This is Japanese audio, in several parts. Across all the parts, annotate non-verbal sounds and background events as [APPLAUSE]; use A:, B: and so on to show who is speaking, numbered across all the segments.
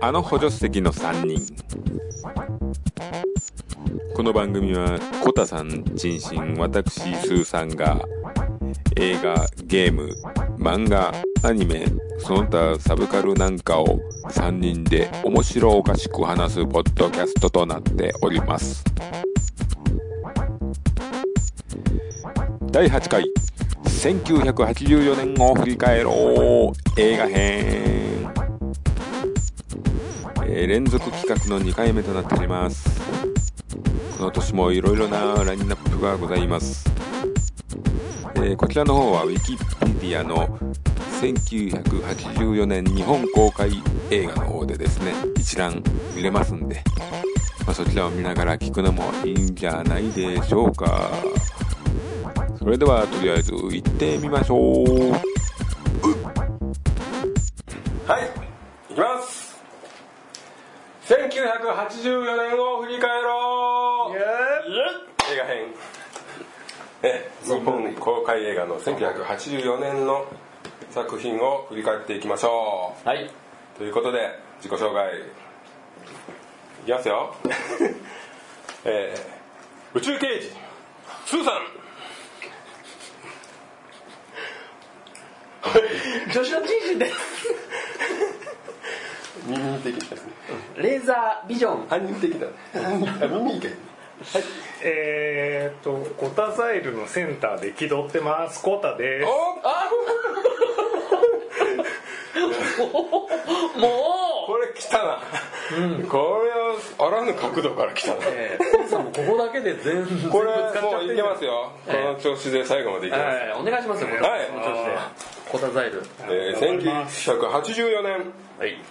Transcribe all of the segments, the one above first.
A: あの補助席の3人この番組はコタさん、チンシン、私、スーさんが映画、ゲーム、漫画、アニメ、その他サブカルなんかを3人で面白おかしく話すポッドキャストとなっております第8回1984年を振り返ろう映画編えー連続企画の2回目となっておりますこの年もいろいろなラインナップがございます、えーこちらの方はウィキペディアの1984年日本公開映画の方でですね一覧見れますんで、まあ、そちらを見ながら聞くのもいいんじゃないでしょうかそれではとりあえず行ってみましょうはい行きます1984年を振り返ろう映画編え日本公開映画の1984年の作品を振り返っていきましょう
B: はい
A: ということで自己紹介いきますよ、 [LAUGHS] えー宇宙刑事スーさん
B: 女子の人生で
C: 耳的ですね
B: レーザービジョン
C: 犯人的だねあ耳以外
D: えー、っとゴタザイルのセンターで気取ってますコタで
A: おー
B: も
A: これ来たな、これはあらぬ角度から来たな
B: うえー、さんもここだけで全部
A: これ
B: 全部使っちゃ
A: も
B: っ
A: う
B: て
A: い
B: ん
A: け
B: じゃん
A: ますよ、この調子で最後までいけます、
B: はいお願いしますよこれ
A: はい
B: この調子でコタザイル
A: えー、1984年
B: はい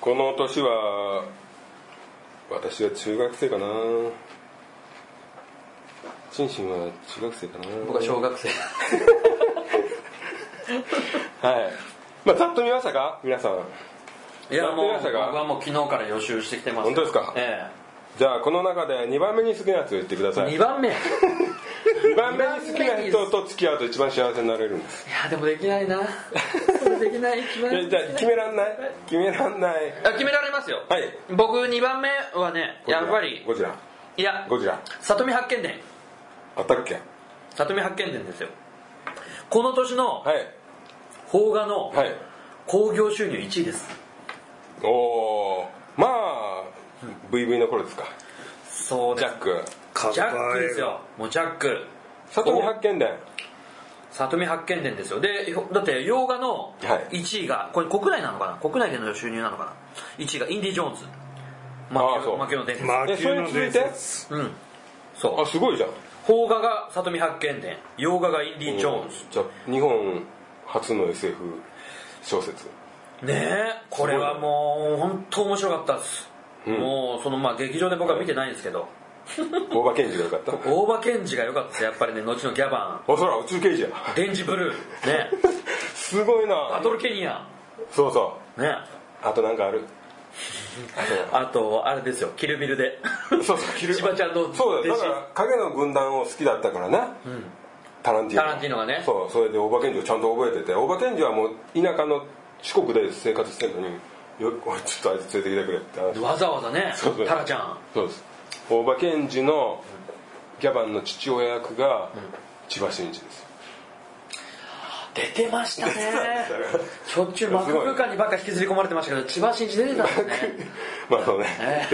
A: この年は私は中学生かなシンシンは中学生かな
B: 僕は小学生
A: はいまあざっと見ましたか皆さん
B: いやもう
A: やってました
B: 僕
A: か
B: はもう昨日から予習してきてます
A: 本当ですか
B: え
A: じゃあこの中で2番目に好きなやつを言ってくだ
B: え
A: さい
B: 2番目い
A: 2番目に好きな人と付き合うと一番幸せになれるんです
B: やでもできないなそれできない一番
A: えじゃあ決めらんない決めらんない
B: あ決められますよ
A: はい
B: 僕2番目はねやっぱり
A: ゴジラ
B: いや
A: ゴジラ
B: 里見八犬伝
A: あったっけ
B: 里見八犬伝ですよこの年の
A: はい
B: 邦画の
A: はい
B: 興行収入1位です
A: おおまあ VV の頃ですか
B: そう
A: ジャック
D: カ
B: ジャックですよもうジャック
A: 里見八犬伝
B: 里見八犬伝ですよでひょだって洋画の
A: はい
B: 1位が、これ国内なのかな国内での収入なのかな1位がインディ・ジョーンズ
A: あーそう
B: 負けの伝説、
D: 魔
A: えそ
D: 球
A: れ
D: の
A: に続い
D: 伝
A: て
D: 説
B: うんそ
A: あ
B: う
A: すごいじゃん
B: 邦画が里見八犬伝洋画がインディ・ジョーンズ
A: じゃあ日本初の SF 小説
B: ねえこれはもう本当面白かったです、もうそのまあ劇場で僕は見てないんですけど
A: 大場健二がよかった
B: 大場健二が良かったですやっぱりね後のギャバ
A: おそら宇宙刑事や
B: ンデンジブルー
A: [LAUGHS]
B: ね
A: すごい
B: バ
A: な
B: トルケニア
A: そうそ
B: ね
A: うあとなんかある
B: あとあれですよキルビルで
A: そうそう昼
B: 千葉ちゃんの弟子
A: そうだよだから影の軍団を好きだったからね、タランティーノ
B: タランティーノがね
A: そうそれで大場健二をちゃんと覚えてて大場健二はもう田舎の四国で生活してるのによ [LAUGHS] おいちょっとあいつ連れてきてくれって話
B: わざわざね
A: そうそう
B: タラちゃん
A: そうです大場健二のギャバンの父親役が千葉真一ですよ
B: 出てましたね
A: [LAUGHS]
B: しょっちゅう幕空間にばっか引きずり込まれてましたけど千葉真一出てたんですね
A: まあそうね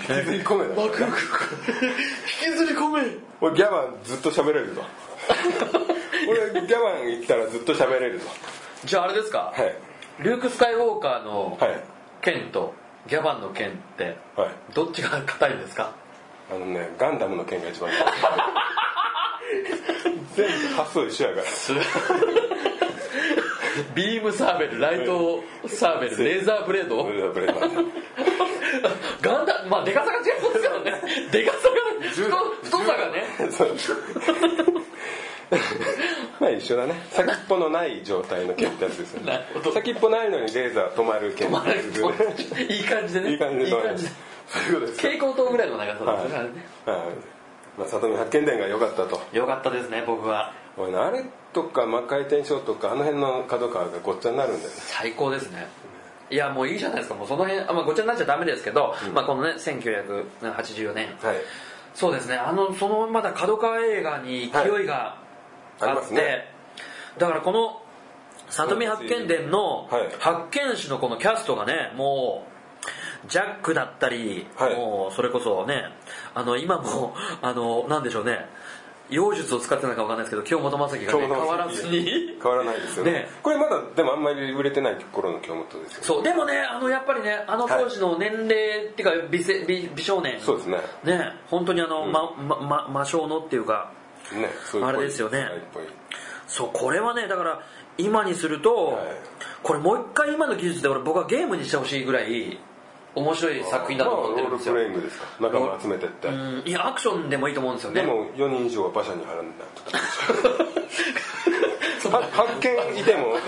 A: 引きずり込めな
B: 幕空間引きずり込め
A: 俺ギャバンずっと喋れる
B: [LAUGHS]
A: ぞ俺ギャバン行ったらずっと喋れるぞ
B: じゃああれですか、
A: はい
B: ルーク・スカイウォーカーの
A: はい
B: 剣とギャバンの剣って
A: はい
B: どっちが硬いんですか
A: あのねガンダムの剣が一
B: [LAUGHS]
A: 番いい全部発想一緒やから
B: ビームサーベルライトサーベルレーザーブレード
A: ブレードブレード
B: ガンダまあでかさが違いますからねでかさが太太さがね
A: そうまあ一緒だね先っぽのない状態の剣ってやつですよ
B: な
A: ね
B: るほど
A: 先っぽないのにレーザー止まる剣
B: まあいい感じでね
A: いい感じで止まる
B: じで
A: そういうことです
B: 蛍光灯ぐらいの長さですね
A: はい、まあ、里見八犬伝が良かったと
B: よかったですね僕は
A: おいあれとか魔界転生とかあの辺の角川がごっちゃになるんだよね
B: 最高ですねいやもういいじゃないですかもうその辺あ、まあ、ごちゃになっちゃダメですけど、まあ、このね1984年
A: はい
B: そうですねあのそのまだ角川映画に勢い
A: は
B: が
A: いあ
B: あ
A: り
B: っ
A: ま
B: て、
A: すね
B: だからこの「里見八犬伝」の
A: はい
B: 発見士のこのキャストがねもうジャックだったり、
A: はい
B: もうそれこそねあの今もあのなんでしょうね妖術を使ってるのかわかんないですけど京本政樹が、ね、
A: 京本
B: 変わら
A: 政樹
B: ずに
A: 変わらないですよね
B: ね
A: これまだでもあんまり売れてない頃の京本ですよね
B: そうでもねあのやっぱりねあの当時の年齢、っていうか美せ美美少年
A: そうですね
B: ね本当にあの、ままま魔性のっていうか
A: ねそういうっぽい
B: あれですよね
A: はいっぽい
B: そうこれはねだから今にすると、
A: はい
B: これもう一回今の技術で俺僕はゲームにしてほしいぐらい面白い作品だと思ってるんですよ、
A: まあロールプレイングですか仲間集めてって
B: うんいやアクションでもいいと思うんですよね
A: でも4人以上は馬車にはらんだとか
B: その
A: は発見いて
B: [LAUGHS]
A: も
B: [LAUGHS]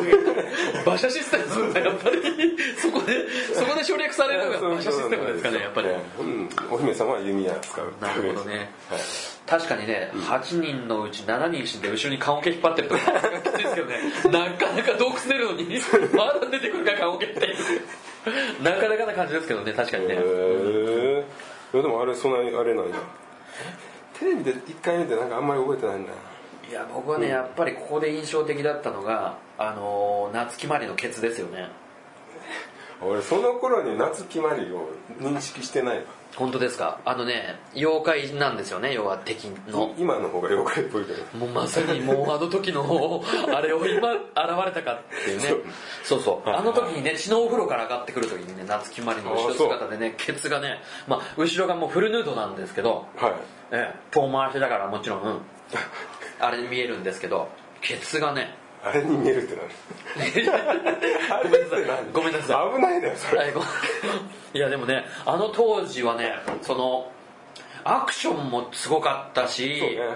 B: 馬車システムですねやっぱりそこでそこで省略されるのが馬車システムですかねやっぱり、
A: うんお姫様は弓矢使うって
B: な
A: いう
B: るほどね
A: はい
B: 確かにね、8人のうち7人死んで後ろに棺桶引っ張ってるとかきついですけ
A: [LAUGHS]
B: どねなかなか洞窟出るのにまだ出てくるか棺桶ってなかなかな感じですけどね確かにね、
A: へえいやでもあれそんなにあれなんやテレビで1回見てなんかあんまり覚えてないんだ
B: いや僕はね、やっぱりここで印象的だったのがあのー夏木マリのケツですよね
A: 俺その頃に夏木マリを認識してないわ
B: 本当ですかあのね妖怪なんですよね要は敵の
A: 今の方が妖怪っぽいけど
B: もうまさにもうあの時のあれを今現れたかっていうねそうそうあの時にね血のお風呂から上がってくる時にね夏木マリの後ろ姿でねケツがね、まあ、後ろがもうフルヌードなんですけど、
A: はい
B: ええ、遠回しだからもちろん、うん、あれに見えるんですけどケツが [LAUGHS] ね
A: あれに見えるってなる
B: ごめんなさいごめ
A: 危
B: んなさい
A: ないだよそれ
B: はいごめんいやでもねあの当時はねそのアクションもすごかったし、
A: そうね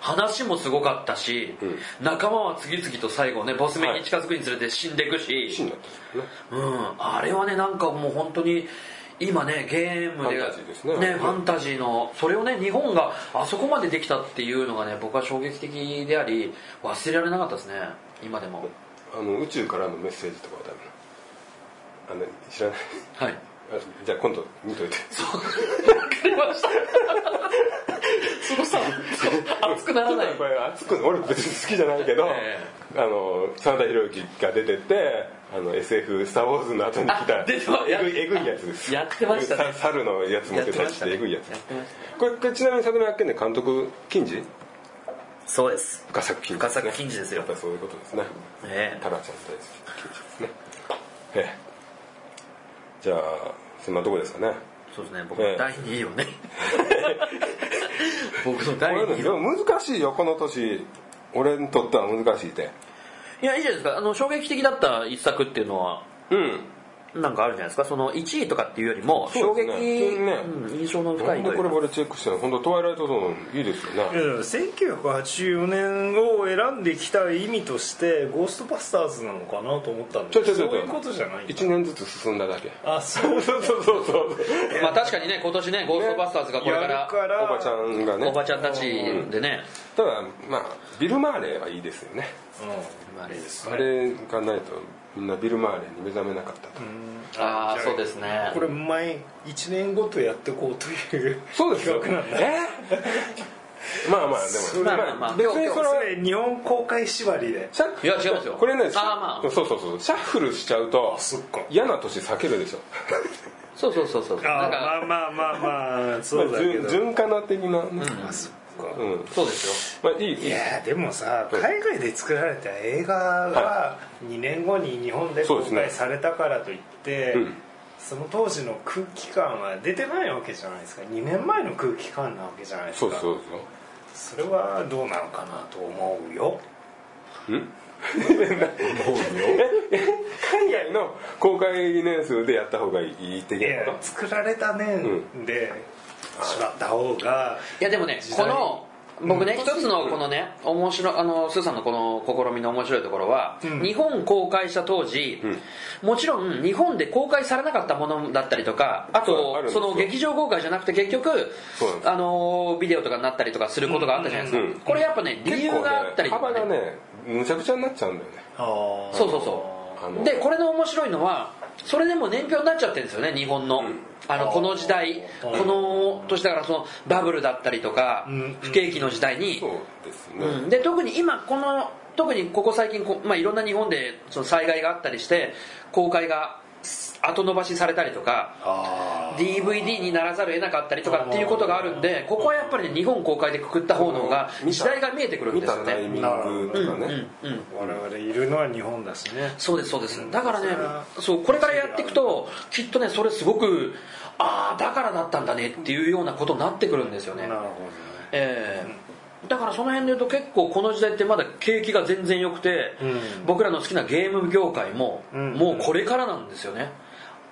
B: 話もすごかったし、仲間は次々と最後ねボス面に近づくにつれて死んでいくし、
A: シーンだったんですよね
B: うん、あれはねなんかもう本当に今ねゲームで
A: ファンタジーですね
B: ファンタジーのそれをね日本があそこまでできたっていうのがね僕は衝撃的であり忘れられなかったですね今でも
A: あの宇宙からのメッセージとかはダメなのあの知らない
B: はい
A: あじゃあ今度見といて
B: わかりました。 [LAUGHS] そのさ、熱く
A: [LAUGHS]
B: ならない。
A: これ熱く俺別に好きじゃないけど、
B: え
A: あの真田広之が出ててあの SF「スター・ウォーズ」の後に来
B: あ
A: た
B: 出てま
A: えぐいえぐいやつです
B: やってましたね
A: さ猿のやつも出たりしてえぐいやつ
B: やってました
A: これこれちなみに里見発見で監督金次
B: そうです。
A: 深作金次、
B: 深作金次ですよ
A: またそういうことですね
B: ええ
A: タラちゃん大好き金次ですねええじゃあそんなとこですかね
B: そうですね、僕
A: え
B: の
A: え
B: 第2位をね。
A: [LAUGHS]
B: 僕の第
A: これ
B: 2
A: ね
B: 位
A: でも難しいよこの年俺にとっては難しいて
B: いや、いいじゃないですか。あの、衝撃的だった一作っていうのは、
A: うん
B: なんかあるじゃないですか。その1位とかっていうよりも、
A: そ
B: 衝
A: うです
B: 撃、
A: ね普通にね
B: うん印象の
A: な
B: 深
A: ん
B: い
A: で
B: とい
A: これ
B: う
A: こ
B: か。
A: れチェックしてるの本当トワイライトゾーンいいですよ
D: いや
A: ね
D: でも1984年を選んできた意味として「ゴーストバスターズ」なのかなと思ったんで
A: ち
D: す
A: ょちょちょ
D: そういうことじゃないんだ
A: 1年ずつ進んだだけ
D: あそう
A: そうそうそうそう
B: まあ確かにね、今年ね、ゴーストバスターズがこれか、
D: やるからら
A: おばちゃんがね
B: おばちゃんたちでね、
A: ただまあビル・マーレーはいいですよね
D: う
B: あれです。
A: あれがないとみんなビル・マーレーに目覚めなかったと、
D: ん
B: ああ、そうですね。
D: これ毎1年ごとやってこうという
A: そうですよ
D: 企画なんだ
A: えまあまあでも
B: まあまあまあ
A: 別にそれは
D: それ日本公開縛りで
A: シャッ
B: いや違いますよ
A: これね
B: あーまあ
A: そうそうそうシャッフルしちゃうと
D: そっか
A: 嫌な年避けるでしょ
B: そうそうそうそう。なんか、
D: あーまあまあまあまあそうだけ
A: 順
D: ど、
A: 順化な的なね
D: あそっか
A: うん、
B: そうです
A: まあいいい
D: い
A: い
D: やーでもさ海外で作られた映画は2年後に日本で
A: そう
D: 公
A: ですね
D: 開されたからといって
A: うん
D: その当時の空気感は出てないわけじゃないですか2年前の空気感なわけじゃないです
A: そう
D: か
A: そう
D: それはどうなのかなと思うよ
A: そううん海外の公開年数でやった方がいいって
D: いや
A: こと
D: 作られた年でしまった方が
B: よ。いやでもね、この、僕ね、一つのこのね面白あのスーさんのこの試みの面白いところは、
D: うん
B: 日本公開した当時、もちろん日本で公開されなかったものだったりとかあ
A: そうあ
B: と
A: るんです
B: そ
A: よ
B: の劇場公開じゃなくて結局
A: そうなんです
B: あのビデオとかになったりとかすることがあったじゃないですか、
A: うんうんうん
B: これやっぱね理
A: 結
B: 由
A: 構
B: があった
A: ね
B: りとか
A: 幅
B: ね
A: がねむちゃくちゃになっちゃうんだよね
D: ああ
B: そうそうそう
A: あの
B: でこれの面白いのはそれでも年表になっちゃってるんですよね日本の,、あのこの時代
D: うん
B: この年だからそのバブルだったりとか、
D: うん
B: 不景気の時代に
A: そう、ですね、
B: うんで特に今この特にここ最近こうまあ、いろんな日本でその災害があったりして公開が後延ばしされたりとか
D: あ
B: DVD にならざるを得なかったりとかっていうことがあるんでここはやっぱり、ね、日本公開でくくった方の方が
A: 見た
B: 時代が見えてくるん
A: 見
B: です
A: た
B: よ
A: タイミ
B: ね
A: ングとか
B: うんう
A: ね、
B: ん
D: 我々いるのは日本だしね
B: そうですそうですだからね
D: それは
B: そうこれからやっていくときっとねそれすごくああだからだったんだねっていうようなことになってくるんですよね
D: なるほどね
B: ええだからその辺で言うと結構この時代ってまだ景気が全然良くて、
D: うん
B: 僕らの好きなゲーム業界も、
D: うん
B: もうこれからなんですよね、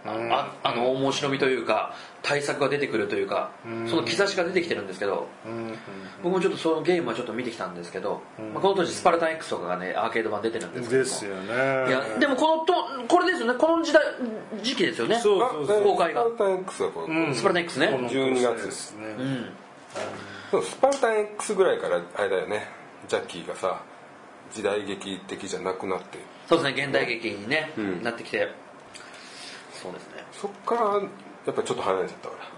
D: うん
B: ああの面白みというか対策が出てくるというか、
D: うん
B: その兆しが出てきてるんですけど
D: うん
B: 僕もちょっとそのゲームはちょっと見てきたんですけど、
D: ん
B: まあ、この当時スパルタン X とかがねアーケード版出てるん
D: う
B: で
D: ん
B: すけども
D: ですよね
B: いやでもこのとこれですよねこの時代時期ですよね
D: そう
A: あ
D: そう
A: で
D: そう
B: 公開が
A: スパルタン X はこう、
D: うん
B: スパルタン X ね
D: この
A: 12月です
D: ね
B: うん
A: でもスパルタン X ぐらいからあれだよねジャッキーがさ時代劇的じゃなくなって
B: そうですね現代劇にね、
A: ん
B: なってきてそうですね
A: そっからやっぱちょっと離れちゃったから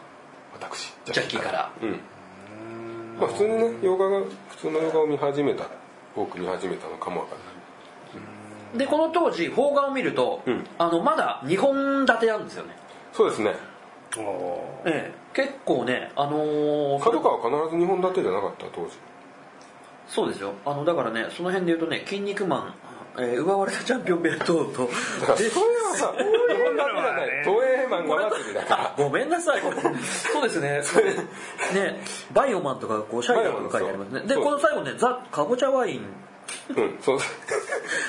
A: 私
B: ジャッキーから
A: うんまあ普通にね洋画が普通の洋画を見始めた多く見始めたのかもわかんない
B: でこの当時邦画を見ると、
A: うん
B: あのまだ2本立てなんですよね、
A: そうですね
D: おお
B: ええ、結構ねあのー
A: 角川は必ず日本立てじゃなかった当時
B: そうですよあのだからねその辺で言うとね「筋肉マン」えー奪われたチャンピオンベルト」 [LAUGHS] と
A: だからそれはさ日本立てじゃない東映漫画祭りだから
B: ごめんなさ [LAUGHS] いこれそうですねねバイオマンとかこうシャイロとか書いてありますねで
A: そう
B: この最後ね「ザ・かぼちゃワイン」
A: うんそう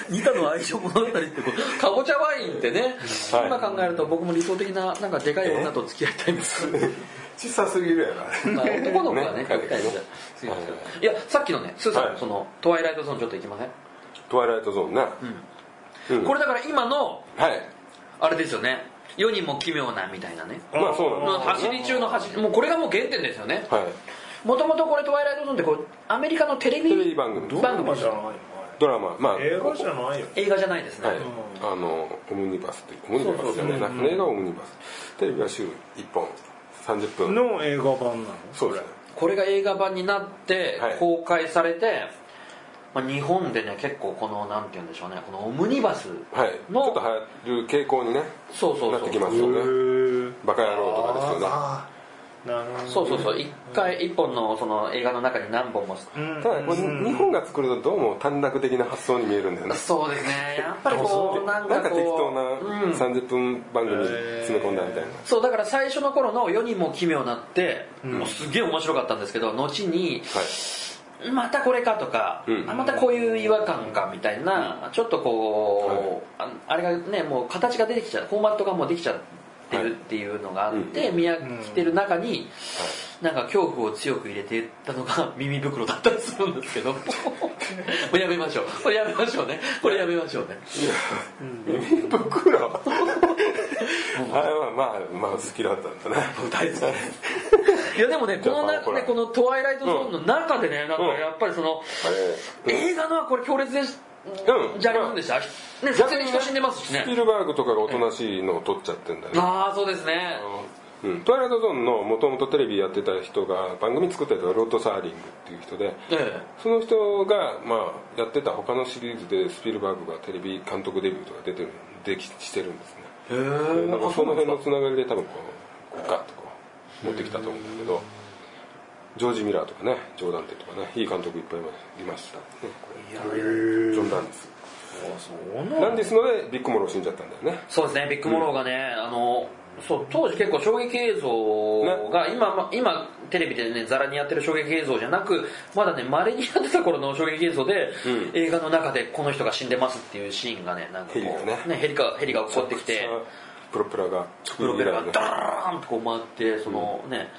B: 似たの相性物語ってことかぼちゃワインってね、
A: はい
B: 今考えると僕も理想的ななんかでかい女と付き合いたいんですけど
A: 小さすぎるやな
B: まあ男の子がね
A: ね
B: 書きたいんだすいませんいやさっきのねスーさんのその「トワイライトゾーン」ちょっと行きません、
A: トワイライトゾーンねうん
B: これだから今の
A: はい
B: あれですよね世にも奇妙なみたいなね
A: まあそう
B: の
A: なんだ
B: 走り中の走りもうこれがもう原点ですよね
A: はい
B: もともとこれ「トワイライトゾーン」ってこうアメリカのテレビ
A: テレビ番組
B: 番組
D: じゃないの
A: ドラマま
D: あ
A: あ
D: れ映画じゃないよ
B: 映画じゃないですね、
A: はい、あのオムニバスというオムニバスじゃないな映画はオムニバステレビは週1本30分
D: の映画版なの
A: そうですね
B: これが映画版になって
A: はい
B: 公開されて、まあ、日本でね結構このなんて言うんでしょうねこのオムニバス
A: はいち
B: の
A: ょっと流行る傾向にね
B: そうそうそう
A: なってきます
D: へ
A: よね
D: ー
A: バカ野郎とかですよね
D: あーなるほど
B: そうそうそう一回一本のその映画の中に何本も
D: うん
A: ただこれ日本が作るとどうも短絡的な発想に見えるんだよね
B: そうですね [LAUGHS] やっぱり
D: あそう
B: こ
D: で
B: うなんかこう
A: なんか適当な
B: うん
A: 30分番組に詰め込んだみたいな
B: そうだから最初の頃の世にも奇妙なって、もうすげえ面白かったんですけど後に
A: はい
B: またこれかとか、
A: うん
B: あまたこういう違和感かみたいな、ちょっとこう、ああれがねもう形が出てきちゃうフォーマットがもうできちゃってるっていうのがあって、見飽きてる中に、なんか恐怖を強く入れてたの [LAUGHS] が耳袋だったりするんですけ [LAUGHS] どもうやめましょうこれやめましょうねこれやめましょうね
A: 耳袋あれは [LAUGHS] まあまあ好きだったんだ [LAUGHS] ね
B: 大好きですいやでもねこの
A: じゃあ
B: 中
A: こ
B: で
A: れ
B: この「トワイライトゾーン」の中でねなんかやっぱりその、
A: あれ
B: 映画のはこれ強烈でし
A: うん
B: じゃありませんでした、ね普通に人死んでますしね
A: スピルバーグとかがおとなしいのを撮っちゃってんだよね
B: ああそうですね
A: うん、トワイライトゾーンのもともとテレビやってた人が番組作った人がロッド・サーリングっていう人で
B: え
A: その人が、まあ、やってた他のシリーズでスピルバーグがテレビ監督デビューとか出てるできしてるんですね
B: えへ
A: でなんかその辺の
B: え
A: つながりで多分こうこうガッとこう持ってきたと思うんだけどジョージ・ミラーとかねジョーダンテとかねいい監督いっぱいいましたねジョン・ダンディス
D: そう
A: ダンディスのでビッグモロー死んじゃったんだよね
B: そうですねビッグモローがね、あのそう当時結構衝撃映像が、今ま今テレビでねざらにやってる衝撃映像じゃなくまだねまれにやってた頃の衝撃映像で、
A: う
B: 映画の中でこの人が死んでますっていうシーンがねなんか
A: ヘ
B: こう
A: リがね
B: ヘリがヘリが起こってきて
A: プロペラが
B: プロペラが
A: ね
B: ダーンとこう回ってそのね、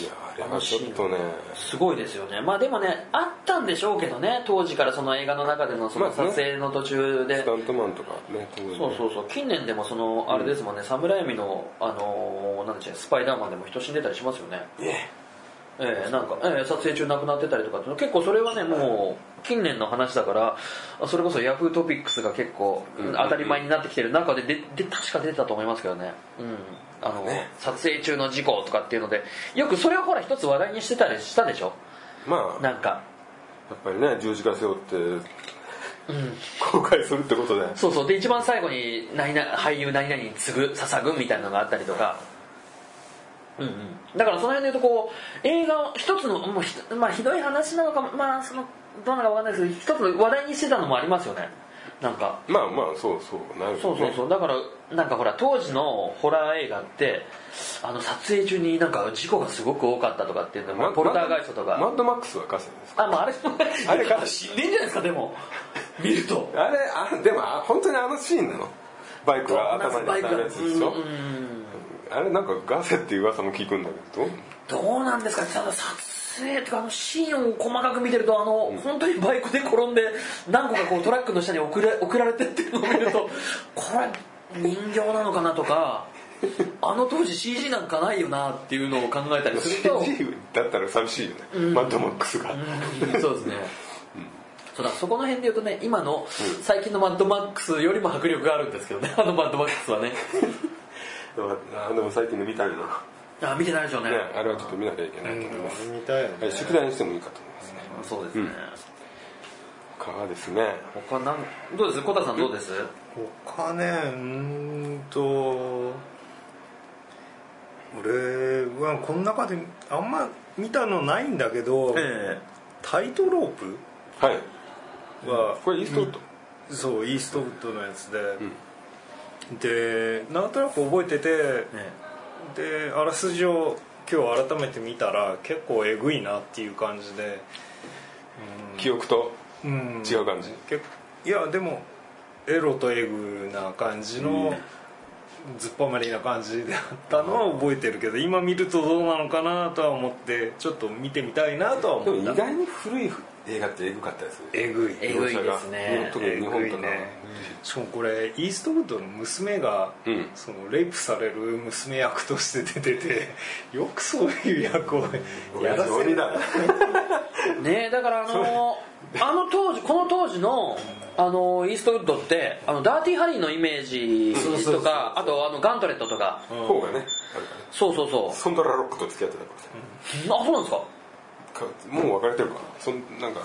A: いやあれはちょっとね
B: すごいですよねまあでもねあったんでしょうけどね当時からその映画の中でのそ
A: ま
B: の
A: あね
B: 撮影の途中で、
A: スタントマンとかね
B: そうそうそう近年でもそのあれですもんね、サムライミのあのーなんでしたっけスパイダーマンでも人死んでたりしますよねええなんか、ええ撮影中亡くなってたりとかって結構それはねもう近年の話だからあそれこそヤフートピックスが結構うん当たり前になってきてる中ででで確か出てたと思いますけどねうんあの、撮影中の事故とかっていうのでよくそれをほら一つ話題にしてたりしたでしょ
A: まあや
B: なんか
A: っぱりね十字架背負って、後悔するってことで
B: そうそうで一番最後に何々俳優何々に次ぐ捧ぐみたいなのがあったりとかうんうん、だからその辺で言うとこう映画を一つのもうひ,、まあ、ひどい話なのかまあそのどうなのか分かんないですけど一つの話題にしてたのもありますよねなんか
A: まあまあそうそうなる
B: そうそうそうだからなんかほら当時のホラー映画ってあの撮影中になんか事故がすごく多かったとかっていうの
A: マ
B: もポルターガイストとか、
A: マッドマックスはガセです
B: あまああれ
A: あれか
B: 死んでんじゃ [LAUGHS] ないですかでも見ると
A: あれあでもあ本当にあのシーンなのバイクが頭に当たるやつでしょ、
B: うんうん
A: あれなんかガセっていう噂も聞くんだけど
B: どうなんですかただ撮影とかあのシーンを細かく見てるとあの、本当にバイクで転んで何個かこうトラックの下に送れ送られ [LAUGHS] てっていうのを見る [LAUGHS] とこれ人形なのかなとかあの当時 CG なんかないよなって [LAUGHS] いうのを考えたりすると
A: CG だったら寂しいよね、マッドマックスが、
B: うんそうですね、そうだそこの辺で言うとね今の最近のマッドマックスよりも迫力があるんですけどねあ [LAUGHS] のマッドマックスはね
A: あでも最近の見たいな、ね、
B: あ見てないでしょうね
A: あれはちょっと見なきゃいけないと思います、
D: 見たい
A: は
D: よ
A: い
D: ね
A: 宿題にしてもいいかと思いますね
B: そうですね、
A: 他はですね
B: 他なんどうですコタさんどうです、
D: 他ねうーんと俺はこの中であんま見たのないんだけど、
B: え
D: タイトロープ
A: はい
D: は
A: これイーストウッド
D: そうイーストウッドのやつで、でなんとなく覚えてて、
B: えええ
D: であらすじを今日改めて見たら結構えぐいなっていう感じで、
A: 記憶と
D: うん、
A: 違う感じ、
D: けいやでもエロとエグな感じのずっぱまりな感じであったのは覚えてるけど今見るとどうなのかなとは思ってちょっと見てみたいなとは思
A: でも
D: っ
A: 意
D: た
A: 外に古い映画ってエグかったでする
D: えぐい
B: えぐいですね
A: 特に日本と
D: えぐい
A: か、
D: ねしかもこれイーストウッドの娘が、
A: うん
D: そのレイプされる娘役として出てて [LAUGHS] よくそういう役をや
A: やら
D: らせ
A: せ
D: る
A: にだ
B: ねえだからあのあの当時この当時のあのイーストウッドってあのダーティーハリーのイメージとかあとあのガントレットとか
A: 方がねあるからね
B: そうそうそうあ
A: ソンドラロックと付き合ってたから
B: そうなんですか
A: かもう別れてるかなそんなんか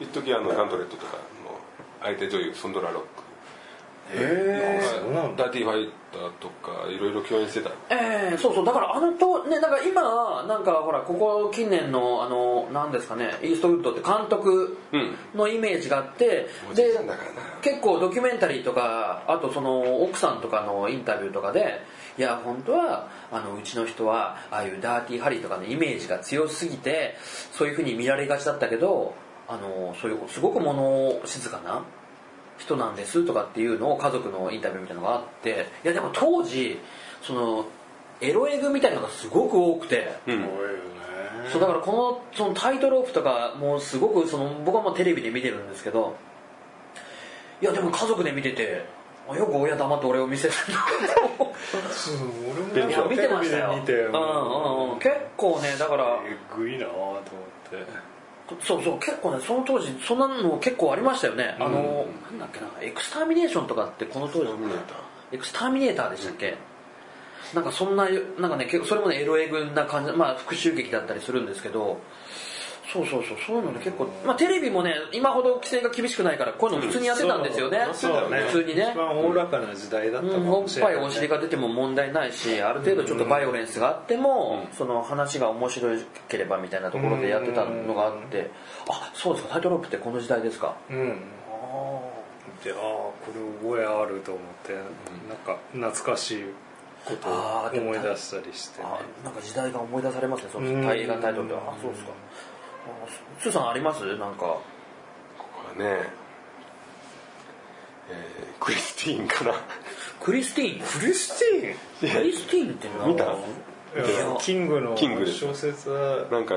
A: 一時あのガントレットとかの相手女優ソンドラ・ロック
D: へえそうなんだ
A: ダーティーファイターとかいろいろ共演してた
B: ええそうそうだからあのとねだから今なんかほらここ近年のあのなんですかねイーストウッドって監督
A: うん
B: のイメージがあって、
A: おじい
B: で
A: ちゃんだからな
B: 結構ドキュメンタリーとかあとその奥さんとかのインタビューとかでいや本当はあのうちの人はああいうダーティーハリーとかのイメージが強すぎてそういうふうに見られがちだったけどあのそういうすごく物静かな人なんですとかっていうのを家族のインタビューみたいなのがあっていやでも当時そのエロエグみたいなのがすごく多くて。
A: うん
D: そうよね
B: そうだからこのそのタイトロープとかもうすごくその僕はもうテレビで見てるんですけどいやでも家族で見ててあよく親黙って俺を見せてる
D: 俺
B: い
D: もな
B: や
D: んか
B: 見てましたよ
D: テレビで見て
B: うんうんうん、結構ねだから
D: えぐいなと思って
B: そうそう結構ねその当時そんなの結構ありましたよねあの、なんだっけなエクスターミネーションとかってこの当時
A: ダメだっ
B: エクスターミネーターでしたっけ、なんかそんななんかね結構それもねエロエグな感じまあ復讐劇だったりするんですけどそうそうそうそういうのね結構、まあ、テレビもね今ほど規制が厳しくないからこういうの普通にやってたんですよね、
D: そうね
B: 普通にね
D: 一番おおらかな時代だったか
B: うん、お
D: も
B: っ
D: しれな
B: ぱ
D: い、
B: いお尻が出ても問題ないしある程度ちょっとバイオレンスがあっても、その話が面白ければみたいなところでやってたのがあって、あそうですかタイトロープってこの時代ですか
D: うん
B: ああ
D: でああこれ覚えあると思って、なんか懐かしいことを
B: あーでも
D: 思い出したりしてね
B: あなんか時代が思い出されますね、その
D: うん
B: 映画タイトルでは。あ、そうですか。あスーさんありますなんか。
A: ここはね、えー、クリスティーンかな
B: クリスティーン
D: クリスティーン
B: クリスティーンってな
A: 見た
D: やキングの
A: キングです
D: 小説は
A: なんか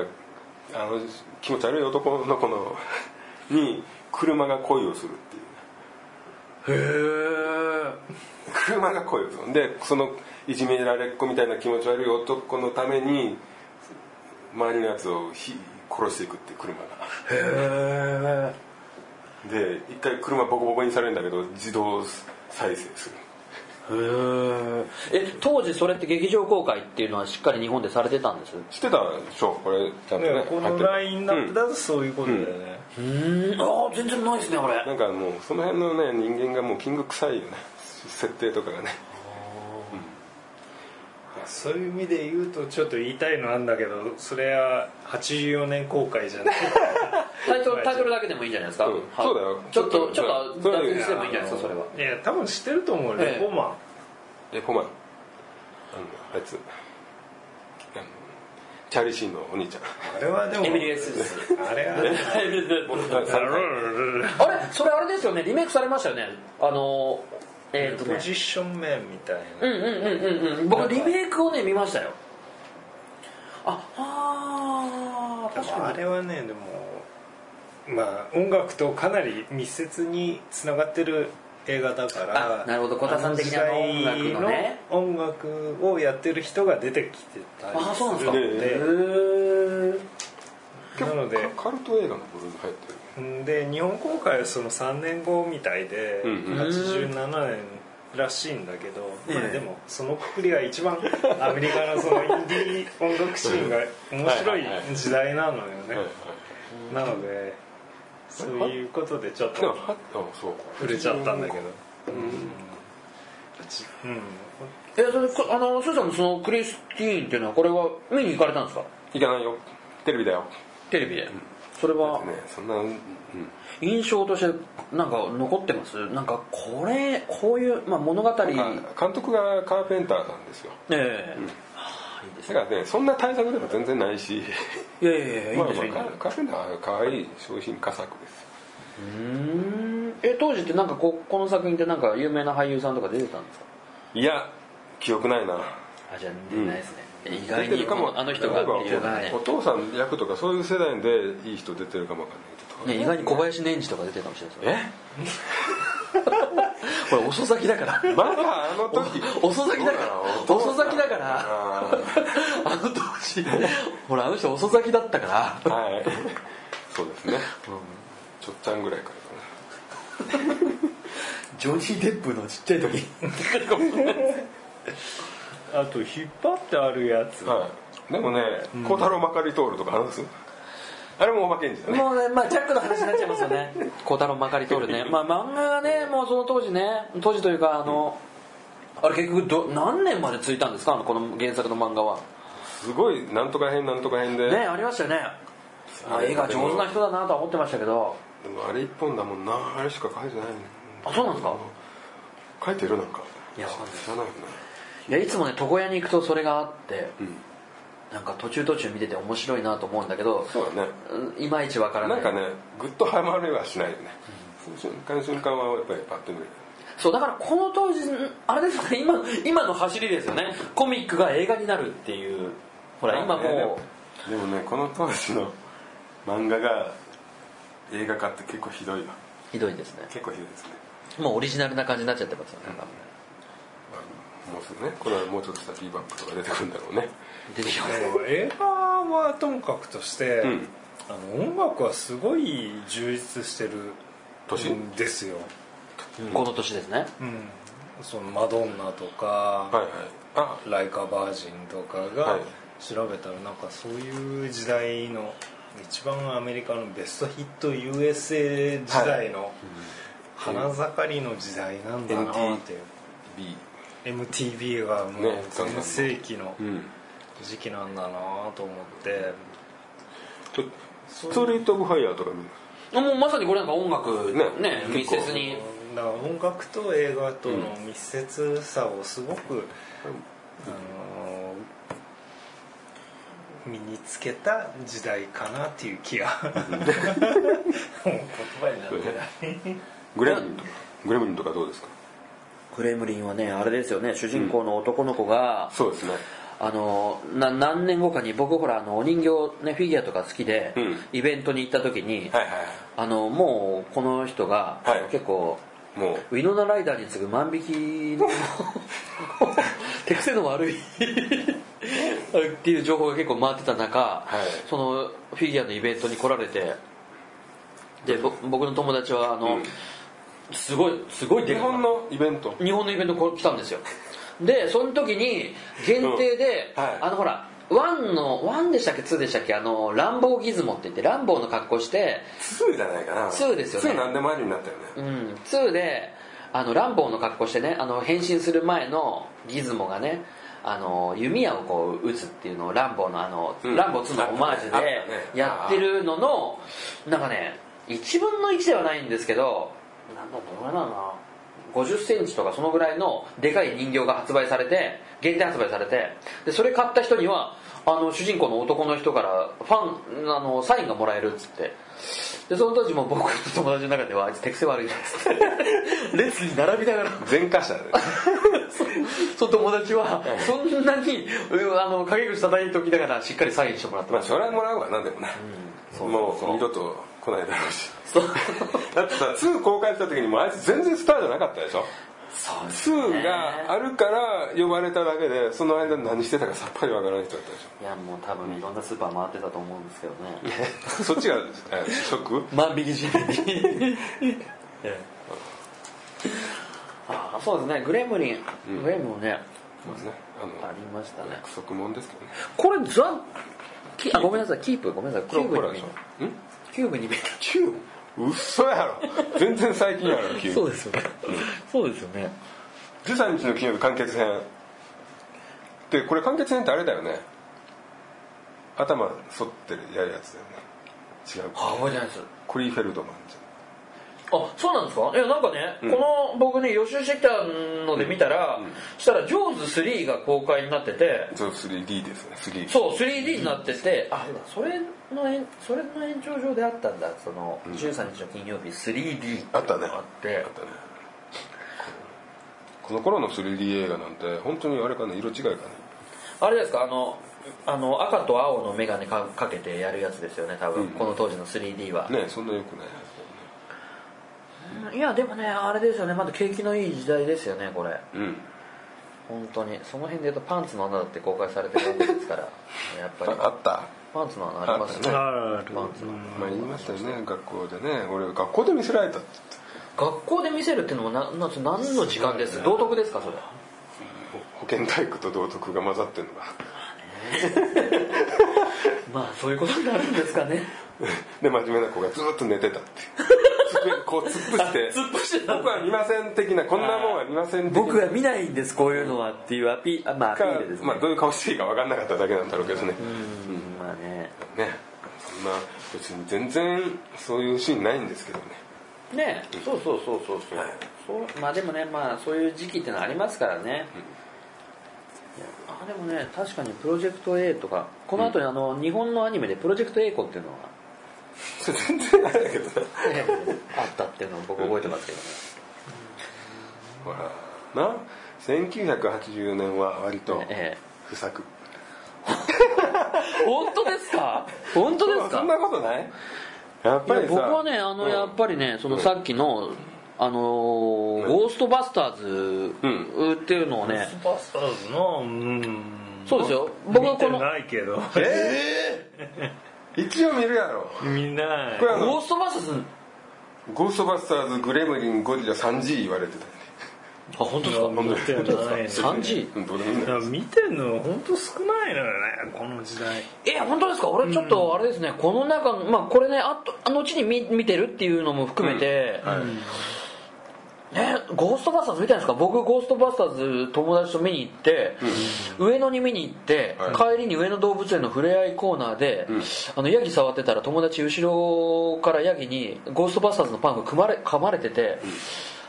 A: あの気持ち悪い男の子の [LAUGHS] に車が恋をするっていう [LAUGHS]
B: へえ
A: 車が恋をするでそのいじめられっ子みたいな気持ち悪い男のために周りのやつをひ殺していくっていう車が
B: へえ
A: で一回車ボコボコにされるんだけど自動再生する
B: え当時それって劇場公開っていうのはしっかり日本でされてたんです
A: 知ってたでしょこれちゃんとね
D: ねこ
A: 入っ
D: の
A: てる
D: ラインナップだとそういうことだよね、
B: うんああ全然ないですねこれ
A: なんかもうその辺のね人間がもうキング臭いよね設定とかがね
D: そういう意味で言うとちょっと言いたいのあんだけどそれは84年公開じゃない
B: タイトルタイトルだけでもいいんじゃないですか、
A: うん
B: はい
A: そうだよ
B: ちょっとちょっ
A: そ
B: と
A: うだよ
B: 脱線してもいいんじゃ [LAUGHS] ないですかそれはい
D: や多分知ってると思うよ、
B: ええ
D: レポマン
A: レポマンあのあいつあのチャーリー・シーンのお兄ちゃん
D: あれはでも
B: エミリーエ
A: [LAUGHS]
B: スです
D: あれはねあれは
B: あれそれあれですよねリメイクされましたよねあの [LAUGHS] えっ、ー、と
D: ポ
B: ね
D: ジション面みたい
B: うん
D: な
B: うんうんうんうん僕リメイクをね見ましたよああー
D: で
B: 確か
D: も
B: に
D: あれはねでもまあ音楽とかなり密接につながってる映画だから
B: あなるほど小田さん的な音楽のね
D: あの時代の音楽をやってる人が出てきてたり
B: あそうなん
D: す
B: です
D: るの
A: へ
B: か
D: でなので
A: カルト映画の部類に入ってる
D: で日本公開はその3年後みたいで、
A: うんうん
D: 87年らしいんだけど、まあ
B: ええ
D: でもそのくくりは一番アメリカのそのインディー音楽シーンが面白い時代なのよね
A: はいはい
D: なのでそういうことでちょっ
A: でも
D: と
A: はあそう
D: 触れちゃったんだけどうん、
B: えそれこあのスーさんのそのクリスティーンっていうのはこれは見に行かれたんですか
A: いかないよテレビだよ
B: テレビでそれは
A: ねそんなうん
B: 印象としてなんか残ってますなんかこれこういう、まあ、物語
A: あ監督がカーペンターなんですよ
B: ええはあいいです
A: だ
B: ね
A: からねそんな対策でも全然ないし
B: いやいやいやいい
A: ま
B: ん
A: あ
B: です
A: まあ
B: よいいんですよ
A: カーペンターは可愛い商品佳作ですよ
B: うーんえ当時ってなんかここの作品ってなんか有名な俳優さんとか出てたんですか
A: いや記憶ないな
B: あじゃあ出てないですね、意
A: 出
B: 外
A: て
B: に
A: るか
B: こ
A: も
B: のあの人がっていうのが
A: 例え
B: ね
A: ばお父さん役とかそういう世代でいい人出てるかもわかんないけど
B: ね意外に小林年次とか出てるかもしれないですよね
A: え
B: [LAUGHS] これ遅咲きだから
A: まだあの
B: [LAUGHS]
A: 時
B: お遅咲き
A: [LAUGHS]
B: だから遅咲きだから
A: あ
B: [LAUGHS] あの当時ほらあの人遅咲きだったから
A: ーはいそうですね、ちょっちゃんぐらいからかな
B: ジョニー・デップのちっちゃい時
D: あと引っ張ってあるやつ
A: はい、でもね「孝、太郎まかり通る」とかあるんですよあれもおまけんじゃね
B: もうね、まあ、ジャックの話になっちゃいますよね [LAUGHS] 孝太郎まかり通るね、まあ、漫画がねもうその当時ね当時というかあの、あれ結局ど何年までついたんですかあのこの原作の漫画は
A: すごいなんとか編なんとか編で、
B: ねありましたよねあ絵が上手な人だなとは思ってましたけど
A: でもあれ一本だもんなあれしか書いてない
B: あそうなんですか
A: 書いてるなんか
B: いやわかんない
A: 知らないよね
B: いやいつもね床屋に行くとそれがあって、
A: ん
B: なんか途中途中見てて面白いなと思うんだけど
A: そうだね
B: うんいまいちわからな
A: ないんかねグッとハマれはしないよね、その瞬間瞬間はやっぱりパッと見る
B: そうだからこの当時あれですよね今今の走りですよねコミックが映画になるっていうほら今
A: まあね
B: も
A: でもでもねこの当時の漫画が映画化って結構ひどいよ
B: うひどいですね
A: 結構ひどいですね
B: もうオリジナルな感じになっちゃってますよね多分
A: もうすぐねこれはもうちょっとしたらビーバップとか出てくるんだろうね
B: 出てきます
D: でも映画はともかくとして、
A: うん
D: あの音楽はすごい充実してる
A: 年
D: んですよ、
B: この年ですね
D: うん、そのマドンナとか、
A: はいはいあ
D: ライカバージンとか
A: は
D: が
A: い
D: 調べたらなんかそういう時代の一番アメリカのベストヒット USA 時代の花盛りの時代なんだなっていう
A: B
D: MTV がもう
A: ね
D: 全盛期の
A: うん
D: 時期なんだなと思って
A: ちょストリート・オブ・ファイヤーとか見る
B: もうまさにこれなんか音楽ね
A: ね
B: 密接に
D: だから音楽と映画との密接さをすごく、あのー身につけた時代かなっていう気がもう言葉になって [LAUGHS] ない
A: グレムリンとかグレムリンとかどうですか
B: クレムリンはねあれですよね主人公の男の子が
A: そうですね
B: あのな何年後かに僕ほらあのお人形、ね、フィギュアとか好きで、
A: うん
B: イベントに行った時に、
A: はいは
B: あのもうこの人が、
A: はい
B: 結構
A: いもう
B: ウィノナライダーに次ぐ万引きの [LAUGHS] 手癖の悪いっていう情報が結構回ってた中、
A: い
B: そのフィギュアのイベントに来られてでぼ僕の友達はあの、
A: うん
B: すごいすごい
A: 日
B: でかかった
A: 本のイベント
B: 日本のイベントこう来たんですよでその時に限定で、
A: うんはい
B: あのほらワンのワンでしたっけツーでしたっけあのランボーギズモって言ってランボーの格好して
A: 2じゃないかな
B: ツーですよね
A: 2何年前になったよね
B: うん、2であのランボーの格好してねあの変身する前のギズモがねあの弓矢をこう撃つっていうのをランボーのあの、
A: うん
B: ランボー2のオマージュ
A: あったね
B: でやってるのの、なんかね1分の1ではないんですけどなんだどれだな50センチとかそのぐらいのでかい人形が発売されて限定発売されてでそれ買った人にはあの主人公の男の人からファンあのサインがもらえるっつってでその当時も僕の友達の中ではあいつ手癖悪いなっつって [LAUGHS] 列に並びながら
A: 前科者
B: [LAUGHS]
A: で
B: その友達はそんなにうんあの陰口叩いておきながらしっかりサインしてもらって
A: まあ
B: ました
A: それはもらうわなでもね
B: そう
A: もう二度と来ないだろうし
B: そう
A: だってさ2公開した時にもうあいつ全然スターじゃなかったでしょ
B: そうですね
A: 2があるから呼ばれただけでその間何してたかさっぱりわからない人だったでし
B: いやもう多分いろんなスーパー回ってたと思うんですけどね
A: ょそっちがえーショック
B: 万引き事件 [LAUGHS] にああそうですねグレムリン、グレムもね
A: そうですねあの
B: ありましたね
A: 約束もんですけどね
B: これザキあごめんなさいキープごめんなさいキューブ
A: ほら
B: に
A: でし
B: 見え
A: ょ
B: た
A: ん
B: キューブに見えた
A: 嘘やろ全然最近やろ急に
B: そうですよねそうですよね
A: 13日の金曜日完結編でこれ完結編ってあれだよね頭反ってるやるやつだよね違う
B: あ覚えてないです
A: クリーフェルドマンじ
B: あそうなんですかいやなんかね、この僕ね予習してきたので見たら、したら「ジョーズ3」が公開になってて
A: ゃんそう 3D ですね 3D
B: そう 3D になってて、あそれの延それの延長上であったんだその13日の金曜日 3D
A: あったね
B: あって
A: あったねこの頃の 3D 映画なんて本当にあれかね色違いかね
B: あれですかあのあの赤と青の眼鏡かかけてやるやつですよね多分、
A: うん
B: この当時の 3D は、
A: ねそんなよくない
B: いやでもねあれですよねまだ景気のいい時代ですよねこれ
A: うん
B: 本当にその辺で言うとパンツの穴だって公開されてるわけで
A: [LAUGHS]
B: すからやっぱり
A: ああった
B: パンツの穴あります
A: あ
B: ね
D: ある
B: パンツの穴
A: まあ言いましたよね学校でね俺学校で見せられたって
B: 学校で見せるっていうのもなな何の時間です道徳ですかそれ
A: 保健体育と道徳が混ざってるのが
B: まあそういうことになるんですかね
A: で真面目な子がずっと寝てたっていう [LAUGHS] 机こう突っ
B: [LAUGHS]
A: 伏して
B: 突っ伏してた
A: 僕は見ません的なこんなもんは見ません的な
B: 僕は見ないんですこういうのはっていうアピあまあアピ
A: か
B: ールですね、
A: まあ、どういう顔していいか分かんなかっただけなんだろうけどね
B: うんまあね
A: ねそんな別に全然そういうシーンないんですけどね
B: ねそうそうそうそうそう,、
A: はい
B: そうまあでもねまあそういう時期ってのはありますからね、いやあでもね確かにプロジェクト A とかこの後にあの、日本のアニメでプロジェクト A 子っていうのが
A: それ全然あれだけどね
B: あったっていうのを僕覚えてますけどね、
A: ほらな1980年は割と
B: え
A: 不作
B: え本当ですか本当です
A: そ
B: か
A: んなことないやっ
B: い
A: ぱ
B: や
A: りさ
B: 僕はねあの、
A: うん
B: やっぱりねそのさっきの、あのーゴーストバスターズ
A: う
B: っていうのをね、
D: スパスターズのうん
B: そうですよ僕は
D: 見
B: こ
D: て
B: の
D: ないけど
A: ええ一応見るやろ
D: 見ない
A: これあの
B: ゴーストバスターズ
A: ゴーストバスターズグレムリンゴジラ 3G 言われてたよね
B: あ本当
D: いや見てない
B: ですか 3G
A: うんどうでもいいんだ
D: いや見てんの本当少ないのよねこの時代
B: え本当ですか俺ちょっとあれですね、この中のまあこれねあとあのうちに見見てるっていうのも含めて、ね、ゴーストバスターズ見たんですか僕ゴーストバスターズ友達と見に行って、上野に見に行って、
A: は
B: 帰りに上野動物園のふれあいコーナーで、
A: ん
B: あのヤギ触ってたら友達後ろからヤギにゴーストバスターズのパンが噛まれ噛まれてて、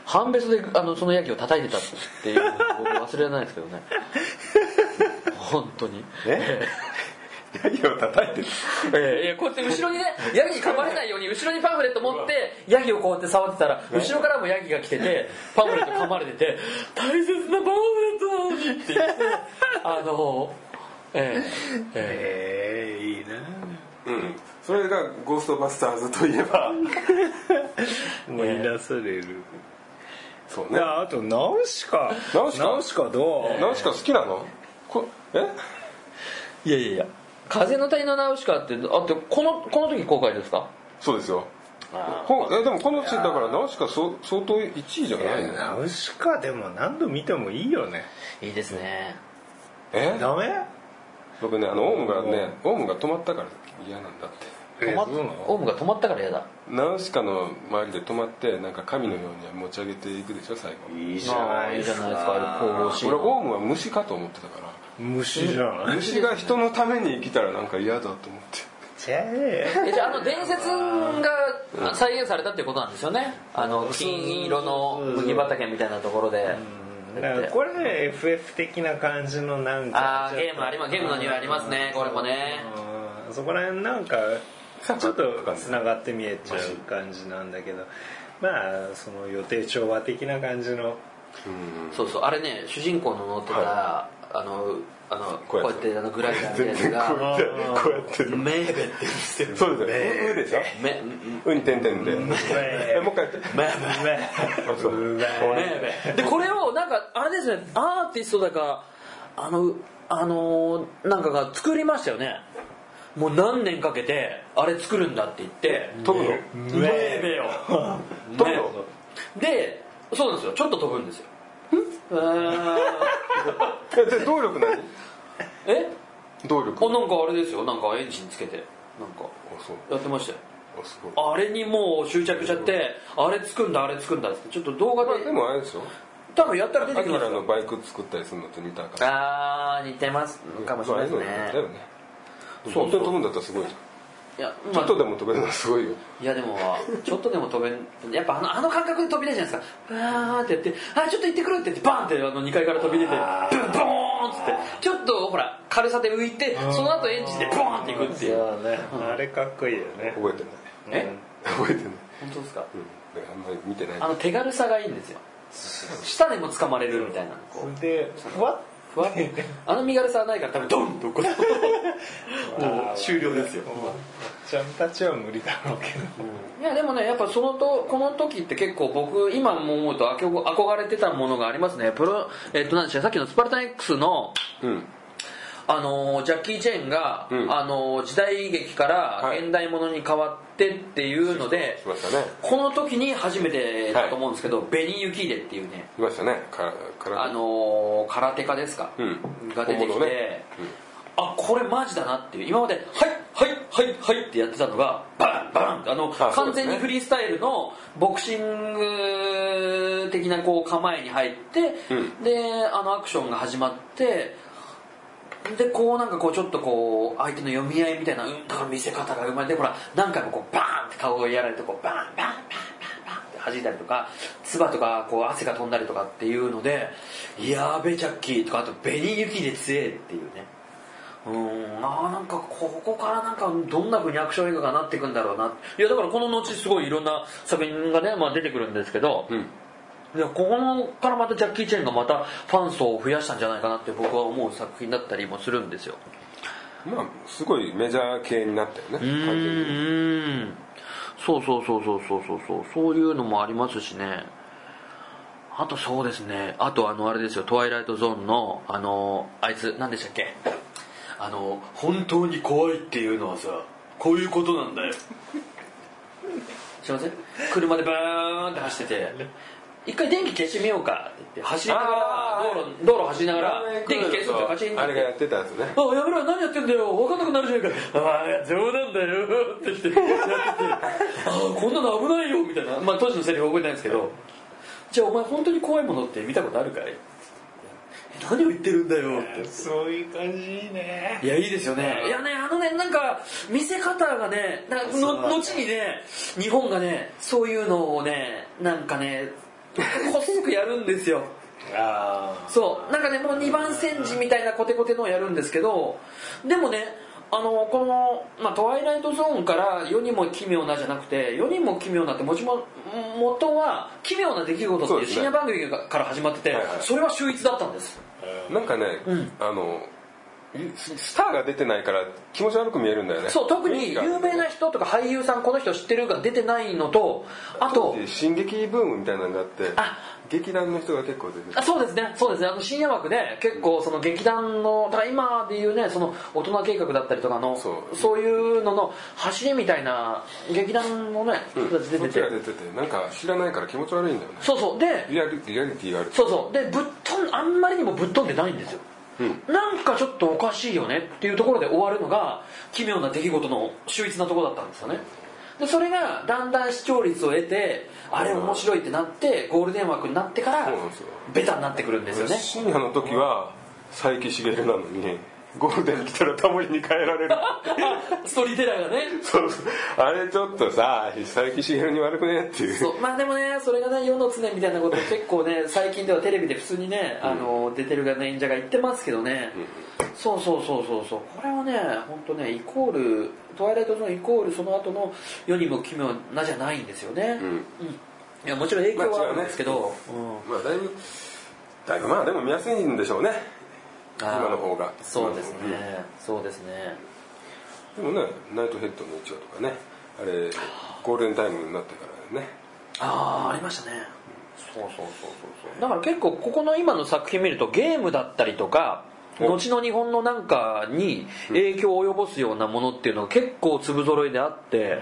B: 判別であのそのヤギを叩いてたっていうのを僕忘れられないですけ
A: [LAUGHS]
B: どね本当に
A: えヤギを叩いてる
B: ええいやこうやって後ろにねヤギ噛まれないように後ろにパンフレット持ってヤギをこうやって触ってたら後ろからもヤギが来ててパンフレット噛まれてて「大切なパンフレットなのに」って言ってあのえええ
D: ええいいね
A: うんそれが「ゴーストバスターズ」といえば
D: 思い出される、
A: そう
D: い
A: ね
D: やあとナウシカ
A: ナウシカ
D: どう、
A: ナウシカ好きなのこえ
B: えいやいやいや風の谷のナウシカってあってこのこの時公開ですか
A: そうですよほんえでもこの年だからナウシカそ相当1位じゃない
D: い
A: の
D: やナウシカでも何度見てもいいよね
B: いいですね
A: え
D: ダメ
A: 僕ねあのオウムがねオウムが止まったから嫌なんだって
D: え
B: 止まっ
D: そうなの
B: オウムが止まったから嫌だ
A: ナウシカの周りで止まってなんか神のように持ち上げていくでしょ最後
D: いい
B: あーいいじゃないですか神々しい
A: 俺オウムは虫かと思ってたか
D: 虫じゃ
A: ら
D: ん
A: 虫が人のために生きたらなんか嫌だと思って
D: ちゃえ
B: えじゃああの伝説が再現されたってことなんですよねあの金色の麦畑みたいなところで
D: だからこれ FF 的な感じのなんか
B: ああゲームありますゲームの匂いありますねこれもね
D: うんそこら辺なんかちょっとつながって見えちゃう感じなんだけどまあその予定調和的な感じの
B: そうそうあれね主人公の乗ってた、
A: は
B: あのあの
A: こ
B: こ
A: う
B: う
A: や
B: や
A: っ
B: っててあのグラビアみたいなやつ
A: こ
B: が
A: うやって
B: メーベって言ってる
A: そうですよ「う」でしょ
B: メメ
A: 「う」に点々でえ
D: [LAUGHS]
A: もう一回やって
B: メー
A: そう
D: う
B: ベ
D: まい
B: メーベでこれをなんかあれですねアーティストだかあのあのーなんかが作りましたよねもう何年かけてあれ作るんだって言って
A: 飛ぶの
B: メーベよ
A: [LAUGHS] 飛ぶ
B: ね
A: の
B: でそうなんですよちょっと飛ぶんですよえ
A: えで動力何
B: ーえ
A: 動
B: あ
A: 力あ
B: なんかあれですよなんかエンジンつけてなんか
A: そう
B: やってましたよ
A: あすごい
B: あれにもう執着しちゃってあれつくんだあれつくんだっつってちょっと動画
A: まあ
B: で
A: でもあれでしょ
B: 多分やったら出
A: ア
B: てき
A: キ
B: ます
A: ラ
B: よ
A: のバイク作ったりするのと似たから
B: あー似てますかもしれないですね
A: まあああいうのだよね
B: そうそう
A: 本当に飛ぶんだったらすごいじゃ
B: いや,、
A: んちょ
B: ま
A: っ
B: あ
A: と、でも飛べるのはすごいよ
B: いやでもちょっとでも飛べんやっぱあのあの感覚で飛び出るじゃないですかうわーってやってあーちょっと行ってくるって言ってバーンってあの2階から飛び出てブンボーンっつってちょっとほら軽さで浮いてその後エンジンでボーンっていくっていう
D: そうねあれかっこいいよね
A: 覚えてない
B: え
A: 覚えてない
B: 本当ですか
A: うんだからあんまり見てない
B: あの手軽さがいいんですよ下でも掴まれるみたいなこう
D: それでふわっ
B: ふわっあの身軽さはないから多分ドンとこうもう終了ですよ
D: ちゃんたちは無理だろうけど
B: いやでもねやっぱそのとこの時って結構僕今も思うとあきょ憧れてたものがありますねプロえっと何でしたさっきのスパルタン X の
A: うん
B: あのージャッキー・チェンが、
A: うん
B: あのー時代劇から
A: はい
B: 現代ものに変わってっていうので、
A: しましたね
B: この時に初めてだと思うんですけど、ベニー・ユキーデっていうね
A: いましたねからから
B: あのー空手家ですか、
A: うん
B: が出て
A: 本
B: きて、
A: 物ね
B: あこれマジだなっていう今まで「はいはいはいはい」ってやってたのがバンバンってあの
A: あそう
B: 完
A: ですね
B: 全にフリースタイルのボクシング的なこう構えに入って、
A: うん
B: であのアクションが始まってでこうなんかこうちょっとこう相手の読み合いみたいなうんだから見せ方が生まれてほら何回もこうバーンって顔をやられてこうバーンバーンバーンバーンバーンって弾いたりとか唾とかこう汗が飛んだりとかっていうので「やーべジャッキー」とかあと「紅雪で強え」っていうねうーんあーなんかここからなんかどんな風にアクション映画がなっていくんだろうないやだからこの後すごいいろんな作品がね、まあ、出てくるんですけど、
A: うん
B: でここのからまたジャッキー・チェンがまたファン層を増やしたんじゃないかなって僕は思う作品だったりもするんですよ
A: まあすごいメジャー系になったよね
B: う
A: 完全に
B: ーんそうそうそうそうそうそうそうそういうのもありますしねあとそうですねあとあのあれですよ「トワイライトゾーンの」あのあいつ何でしたっけあの本当に怖いっていうのはさこういうことなんだよすいません車でバーンって走ってて一回電気消してみようかって言って走りなが
A: あ
B: ら
A: ー
B: 道路道路走りながら電気消すとカチンって
A: あれがやってたやつね
B: あ、やめろ、何やってんだよ、分かんなくなるじゃないか。ああ、冗談だよ、って言って、やってて、ああ、こんなの危ないよ、みたいな。まあ、当時のセリフ覚えてないんですけど、じゃあお前本当に怖いものって見たことあるかい何を言ってるんだよ、って。
D: そういう感じいいね
B: いや、いいですよね。いやね、あのね、なんか、見せ方がね、なの後にね、日本がね、そういうのをね、なんかね、こっそくやるんで
A: [LAUGHS]
B: すよ。
D: ああ
B: そうなんかねもう2番煎じみたいなコテコテのをやるんですけどでもねあのこの、まあ「トワイライトゾーン」から「世にも奇妙な」じゃなくて「世にも奇妙な」ってもちも元は「奇妙な出来事」って
A: そう
B: いう
A: ですね
B: 深夜番組がから始まってて
A: はいはい
B: それは秀逸だったんです
A: なんかね
B: うん
A: あのスターが出てないから気持ち悪く見えるんだよね
B: そう特に有名な人とか俳優さんこの人知ってるが出てないのとあと
A: 進撃ブームみたいなのがあって
B: あ
A: 劇団の人が結構出て
B: あそうですねそうですねあの深夜枠で結構その劇団のだから今でいうねその大人計画だったりとかの
A: そ
B: そう
A: う
B: いうのの走りみたいな劇団のね人たち出てて、
A: そっちが出ててなんか知らないから気持ち悪いんだよね
B: そうそうで
A: リアリリアリティがある
B: そうそうでぶっ飛んあんまりにもぶっ飛んでないんですよ、なんかちょっとおかしいよねっていうところで終わるのが奇妙な出来事の秀逸なところだったんですよねでそれがだんだん視聴率を得てあれ面白いってなってゴールデン枠になってから
A: そうなんですよ
B: ベタになってくるんですよね
A: 深夜の時は佐伯茂なのにゴールデン来たらタモリに変えられる
B: [LAUGHS] ストーリーテラーがね
A: そうそう [LAUGHS] あれちょっとさ佐伯茂に悪くねっていう
B: そうまあでもねそれがね世の常みたいなことを結構ね最近ではテレビで普通にね、あの出てるがね演者が言ってますけどね、そうそうそうそうそうこれはね本当ねイコール「トワイライトゾーン」イコールその後の世にも奇妙なじゃないんですよね、うんいやもちろん影響はあるんですけど、
A: まあだいぶだいぶまあでも見やすいんでしょうね
B: あー
A: 今の方が
B: そうですね、そうですね
A: でもねナイトヘッドの一話とかねあれゴールデンタイムになってからね
B: ああありましたねそうそうそうそうそうだから結構ここの今の作品見るとゲームだったりとか
A: お
B: 後の日本のなんかに影響を及ぼすようなものっていうのが結構粒揃いであって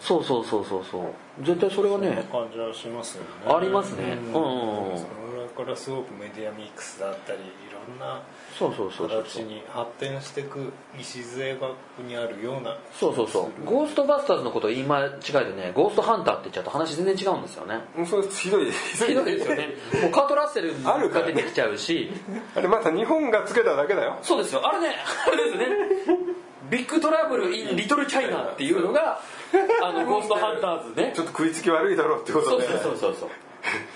B: そうそうそうそうそう絶対それはね
D: そんな感じはしますよね
B: ありますね
D: う
B: う
D: ん
B: んうんうん
D: その裏からすごくメディアミックスだったりいろんな
B: そうそうそうそう
D: 形に発展していく礎がここにあるような
B: そうそうそうゴーストバスターズのことを言い間違えてねゴーストハンターって言っちゃうと話全然違うんですよね
A: もうそれひどい [LAUGHS]
B: ひどいですよね [LAUGHS] もうカート・ラッセル
A: あるから
B: が出
A: ね
B: てきちゃうし
A: あれまた日本がつけただけだよ
B: そうですよあれねあれですねビッグトラブル・イン・リトル・チャイナっていうのがあ [LAUGHS] のゴーストハンターズね
A: ちょっと食いつき悪いだろうってこ
B: そ
A: と
B: う
A: で
B: そうそうそうそう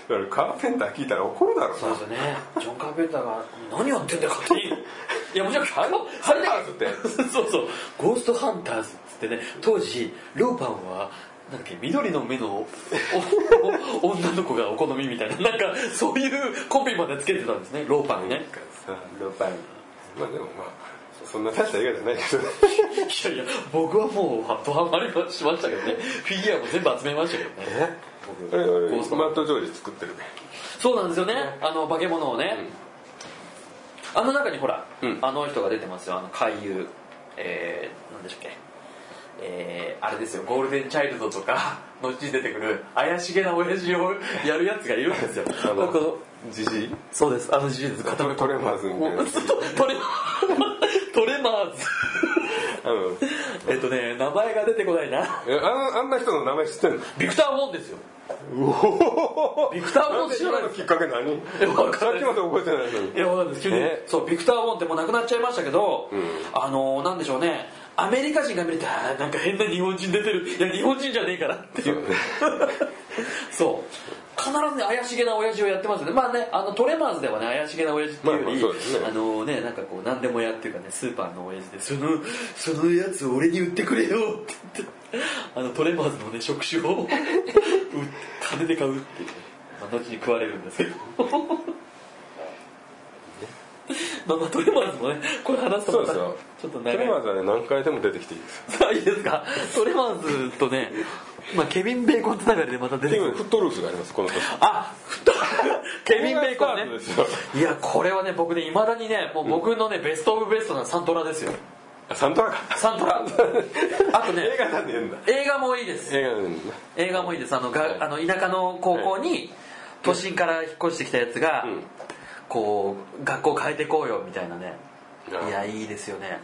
A: だからカーペンター聞いたら怒るだろう
B: そう
A: な
B: ですよねジョン・カーペンターが「何やってんだよ勝手に」いやもちろんあのハンターズってそうそうゴーストハンターズっつってね当時ルーパンはなんだっけ緑の目のおお女の子がお好みみたいななんかそういうコピーまでつけてたんですねローパンね
A: さ
B: ローパン
A: まあでもまあそんな大した映画じゃないけどね
B: いやいや僕はもうドハマりはしましたけどねフィギュアも全部集めましたけどね
A: あれ
B: ゴースト
A: マット・ジョージ作ってる
B: そうなんですよねあの化け物をね、あの中にほら、
A: うん
B: あの人が出てますよあの俳優えー、なんでしたっけえー、あれですよゴールデンチャイルドとか [LAUGHS] 後に出てくる怪しげな親父をやるやつがいるんですよ
A: あの
B: この
A: ジジイ
B: そうですあの事実固め
A: トレマーズみたいな
B: [LAUGHS] トレトレマーズ
A: あの
B: えっとね名前が出てこないな
A: えあんあんな人の名前知ってんの
B: ビクター・ウォンですよビクター・ウォン知らない
A: の
B: です
A: きっかけ何
B: わか
A: さ
B: んな
A: っ
B: い
A: きまで覚えてないのに
B: いやわかんないです急に
A: え
B: そうビクター・ウォンってもう亡くなっちゃいましたけど、あのーなんでしょうねアメリカ人が見れてあーなんか変な日本人出てるいや日本人じゃねえからっていう [LAUGHS] そう必ずね怪しげな親父をやってますよねまあねあのトレマーズではね怪しげな親父っていうより、
A: まあまあそうですね
B: あのねなんかこう何でもやっていうかねスーパーの親父でそのそのやつ俺に売ってくれよって言ってあのトレマーズのね触手を [LAUGHS] 売って金で買うっていう、ねまあ、後に食われるんですけどまあまあトレマーズもねこれ話すとまたち
A: そう
B: ょ
A: ですよ
B: っと
A: ト
B: 長い
A: レマーズはね何回でも出てきていいです
B: さあいいですかトレマーズとね、まあ、ケビン・ベーコンつながりでまた出て
A: で
B: く
A: も
B: る
A: フットルースがありますこの年
B: あ
A: [LAUGHS]
B: ふとケビン・ベーコンね
A: これがスタートですよ
B: いやこれはね僕ねいまだにねもう僕のね、ベスト・オブ・ベストなサントラですよ
A: あサントラか
B: サ
A: [LAUGHS]
B: ントラあとね
A: 映画なんで言うんだ
B: 映画もいいです
A: 映画なんだ
B: 映画もいいですあのが、
A: はい
B: あの田舎の高校に都心から引っ越してきたやつが、
A: ん
B: こう学校変えてこうよみたいなね
A: ああ
B: いやいいですよね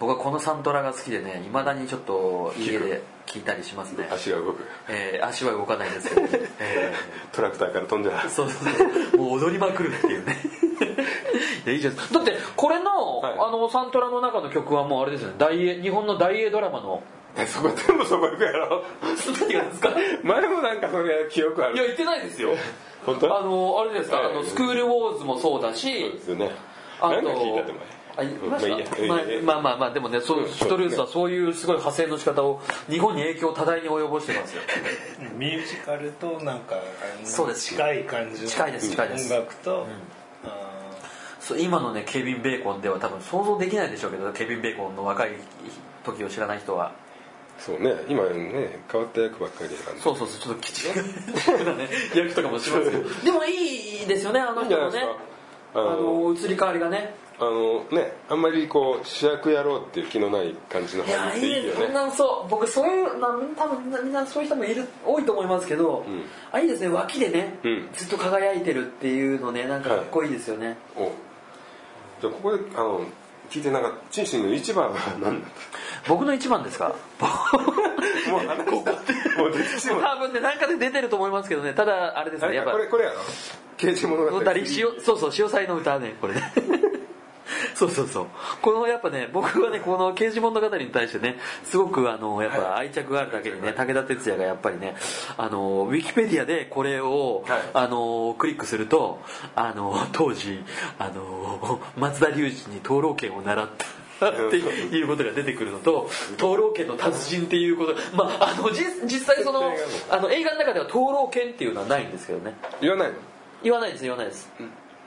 B: 僕はこのサントラが好きでねいまだにちょっと家で聞いたりしますね、
A: 足が動く
B: えー足は動かないですけど、えー
A: トラクターから飛んじゃう
B: そうそうそうもう踊りまくるっていうね [LAUGHS] いやいいじゃんだってこれの,、
A: はい
B: あのサントラの中の曲はもうあれですよね大英日本の大英ドラマの
A: えそこ全部そこ行くやろ
B: 何がですか [LAUGHS] い
A: 前もなんかそれ記憶あ
B: や
A: る
B: 言ってないですよ
A: 本
B: あ
A: 当
B: のあれですか、
A: はい
B: あのスクールウォーズもそうだし
A: そうですよね
B: あ
A: なん
B: と
A: か聞いたって前
B: あ言いま
A: まあいい
B: した
A: や
B: まあ
A: いいや
B: まあまあまあでもねそう
A: うん
B: シュトルースはそういうすごい派生の仕方を日本に影響を多大に及ぼしてますよ
D: ミュージカルとなんかあの
B: そうです
D: 近い感じの
B: 近いです近いです
D: 音楽と、あー
B: そう今のねケビン・ベーコンでは多分想像できないでしょうけどケビン・ベーコンの若い時を知らない人は
A: そうね今ね変わった役ばっかりで選んで
B: そうそうそうちょっときちいなね [LAUGHS] 役とかもしますけどでもいいですよねあの
A: いいんじ
B: 人
A: ゃないで
B: のね
A: すか
B: あの移り変わりがね
A: あのねあんまりこう主役やろうっていう気のない感じの
B: いや
A: 俳優ってい
B: い
A: い
B: い
A: よ
B: そん
A: ね
B: なそう僕そういうな多分みんなそういう人もいる多いと思いますけど、
A: ん
B: あいいですね脇でね、
A: うん
B: ずっと輝いてるっていうのねなんかかっこいいですよね、
A: おじゃあここであの聞いてなんかチンシンの一番は何だっ
B: 僕の一番ですか
A: たもう話したもう出てしまった
B: 多分ねなんかで出てると思いますけどねただあれです
A: あ
B: ねや
A: れか
B: っぱ
A: これこれやろ刑事物語
B: 歌り塩そうそう潮騒の歌ねこれね [LAUGHS] そうそうそうこのやっぱね僕はねこの「刑事物語」に対してねすごくあのやっぱ愛着があるだけにね武田鉄矢がやっぱりねあのウィキペディアでこれを、
A: はい
B: あのクリックするとあの当時あの松田龍二に灯籠剣を習った。っていうことが出てくるのと灯籠剣の達人っていうことがまああのじ実際そのあの映画の中では灯籠剣っていうのはないんですけどね
A: 言わないの
B: 言わないです言わないです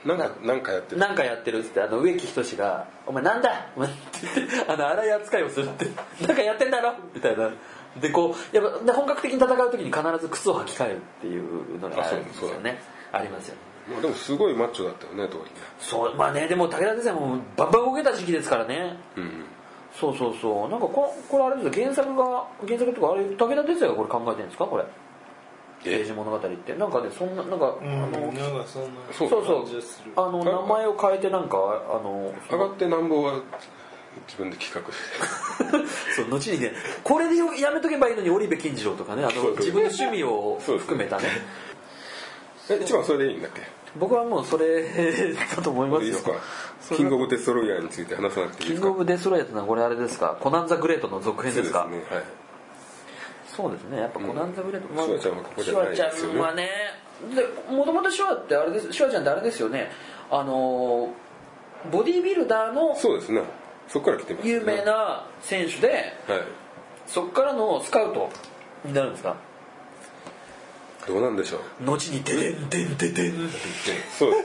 A: なんかなんかやってる
B: なんかやってるっつってあの植木仁が「お前なんだ!」お前って言ってあの荒い扱いをするって「なんかやってんだろ!」みたいなでこうやっぱで本格的に戦う時に必ず靴を履き替えるっていうのがあるんですよ
A: あそう
B: ねありますよね
A: まあでもすごいマッチョだったよね当時ね
B: そうまあねでも武田鉄矢もバンバン動けた時期ですからね
A: うん
B: そうそうそうなんかここれあれですよ原作が原作とかあれ武田鉄矢がこれ考えてるんですかこれ「
A: え
B: 刑事物語」ってなんかねそんななんか、あの
D: なんかそんな
A: そう
B: そう
D: 感じがする
B: そうあの名前を変えてなんかあの
A: 上がってなんぼは自分で企画して
B: そう後にねこれでよやめとけばいいのに織部金次郎とかねあ
A: そう
B: の自分の趣味を
A: そうそう
B: 含めたね [LAUGHS]
A: え一番それでいいんだっけ
B: 僕はもうそれだと思いま
A: い
B: す
A: いですか
B: よ
A: キングオブデストロイヤーについて話さなくていいで
B: キン
A: すか
B: グオブデストロイヤーってのはこれあれですかコナン・ザ・グレートの続編ですか
A: そうですねはい
B: そうですねやっぱコナン・ザ・グレート、
A: シュワちゃんはここじゃないですよね
B: シュワちゃんはねでもともとシュワってあれですシュワちゃんってあれですよねあのーボディービルダーの
A: そうですねそこから来てますよ
B: 有
A: ね
B: 名
A: は
B: な選手で
A: い
B: そこからのスカウトになるんですか
A: どうなんでしょう
B: 後に「デデンデンデデン」
A: そうで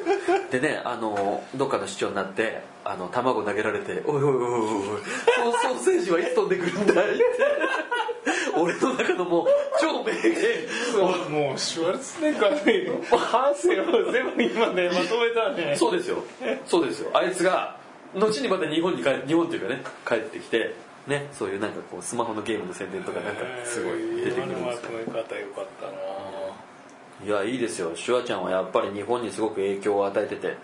A: す
B: でねあのどっかの市長になってあの卵投げられて「おいおいおいおいおいそのソーセージはいつ飛んでくるんだい」って俺の中のもう超名言
D: そうもうシュワルツェネッガーの半生を全部今ねまとめたね
B: そうですよそうですよあいつが後にまた日本に帰日本というかね帰ってきてねそういうなんかこうスマホのゲームの宣伝とかなんかすごい出てくるん
D: 今の
B: で
D: ますと
B: よ
D: め方よかったない
B: やいいですよシュワちゃんはやっぱり日本にすごく影響を与えてて、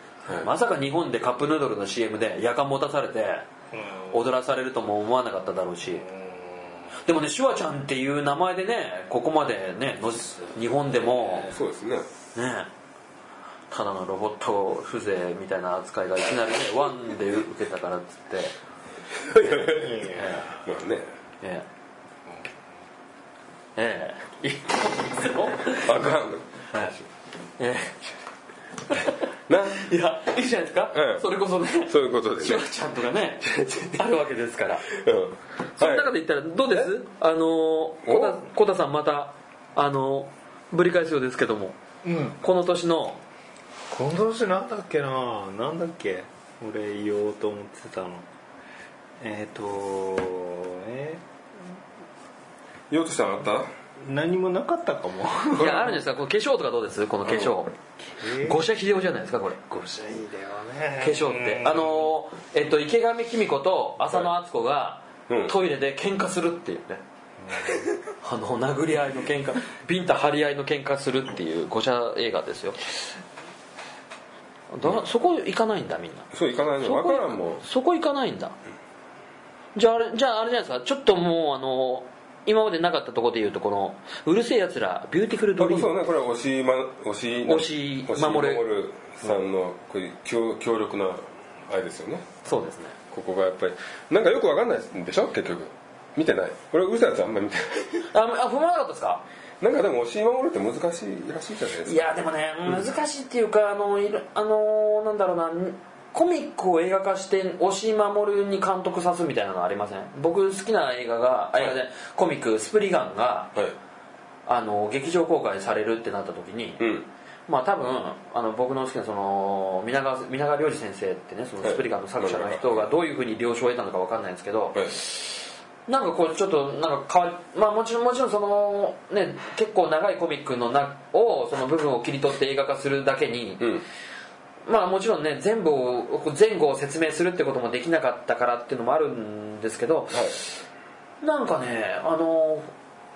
B: まさか日本でカップヌードルの CM で夜間持たされて
D: うん
B: 踊らされるとも思わなかっただろうし、でもねシュワちゃんっていう名前でねここまでねの日本でも
A: そうですね
B: ねただのロボット風情みたいな扱いがいきなりねワンで受けたからっつっ
A: ま
B: て、
A: あね
B: ええええいいですよ
A: あかん
B: はいえ [LAUGHS]
A: な
B: えいやいいじゃないですか、
A: うん
B: それこそね
A: そういうことで
B: シュ
A: ね
B: ワちゃんとかね [LAUGHS] あるわけですから
A: うん
B: その
A: はい
B: 中で言ったらどうですあの小田小田さんまたあのぶり返すようですけども
D: うん
B: この年の
D: この年なんだっけななんだっけ俺言おうと思ってたのえっ、とえ
A: 言おうとしたのあった
D: ー何もなかったかも
B: いやあるんですかこの化粧とかどうですこの化粧
D: [LAUGHS] えー
B: 五社秀夫じゃないですかこれ
D: ごしゃいだよね
B: 化粧って
D: うん
B: あのーえっと池上紀美子と浅野敦子が
A: うん
B: トイレで喧嘩するっていうね [LAUGHS] あの殴り合いの喧嘩ビンタ張り合いの喧嘩するっていう五社映画ですよだそこ行かないんだみんな
A: そういかない
B: そ
A: のわ
B: こ
A: からんもん
B: そこ行かないんだじゃああれじゃああれじゃないですかちょっともうあの今までなかったところで言うとこの「うるせえやつらビューティフルド
A: そ
B: リ
A: れ
B: ー
A: こ
B: ム」
A: そねこれは押井ま押井
B: 押井守
A: 押井守さんのこういう強強力なあれですよね
B: そうですね
A: ここがやっぱりなんかよくわかんないんでしょ結局見てない俺うるさいやつあんまり見て
B: ああ踏まなかったですか
A: ない [LAUGHS] なんかでも押井守って難しいらしいじゃないです
B: い
A: か
B: やでもね難しいっていうかあのいろあのなんだろうなコミックを映画化して押井守に監督さすみたいなのありません僕好きな映画があ映画でコミック「スプリガン」が
A: はい
B: あの劇場公開されるってなった時に、
A: うん
B: まあ多分あの僕の好きなその皆川皆川良二先生ってねその
A: はい
B: スプリガンの作者の人がどういうふうに了承を得たのかわかんないんですけど
A: はい
B: なんかこうちょっとなんか変わりまあもちろんもちろんそのね結構長いコミックのなをその部分を切り取って映画化するだけに
A: うん
B: まあもちろんね全部をこう前後を説明するってこともできなかったからっていうのもあるんですけどなんかねあの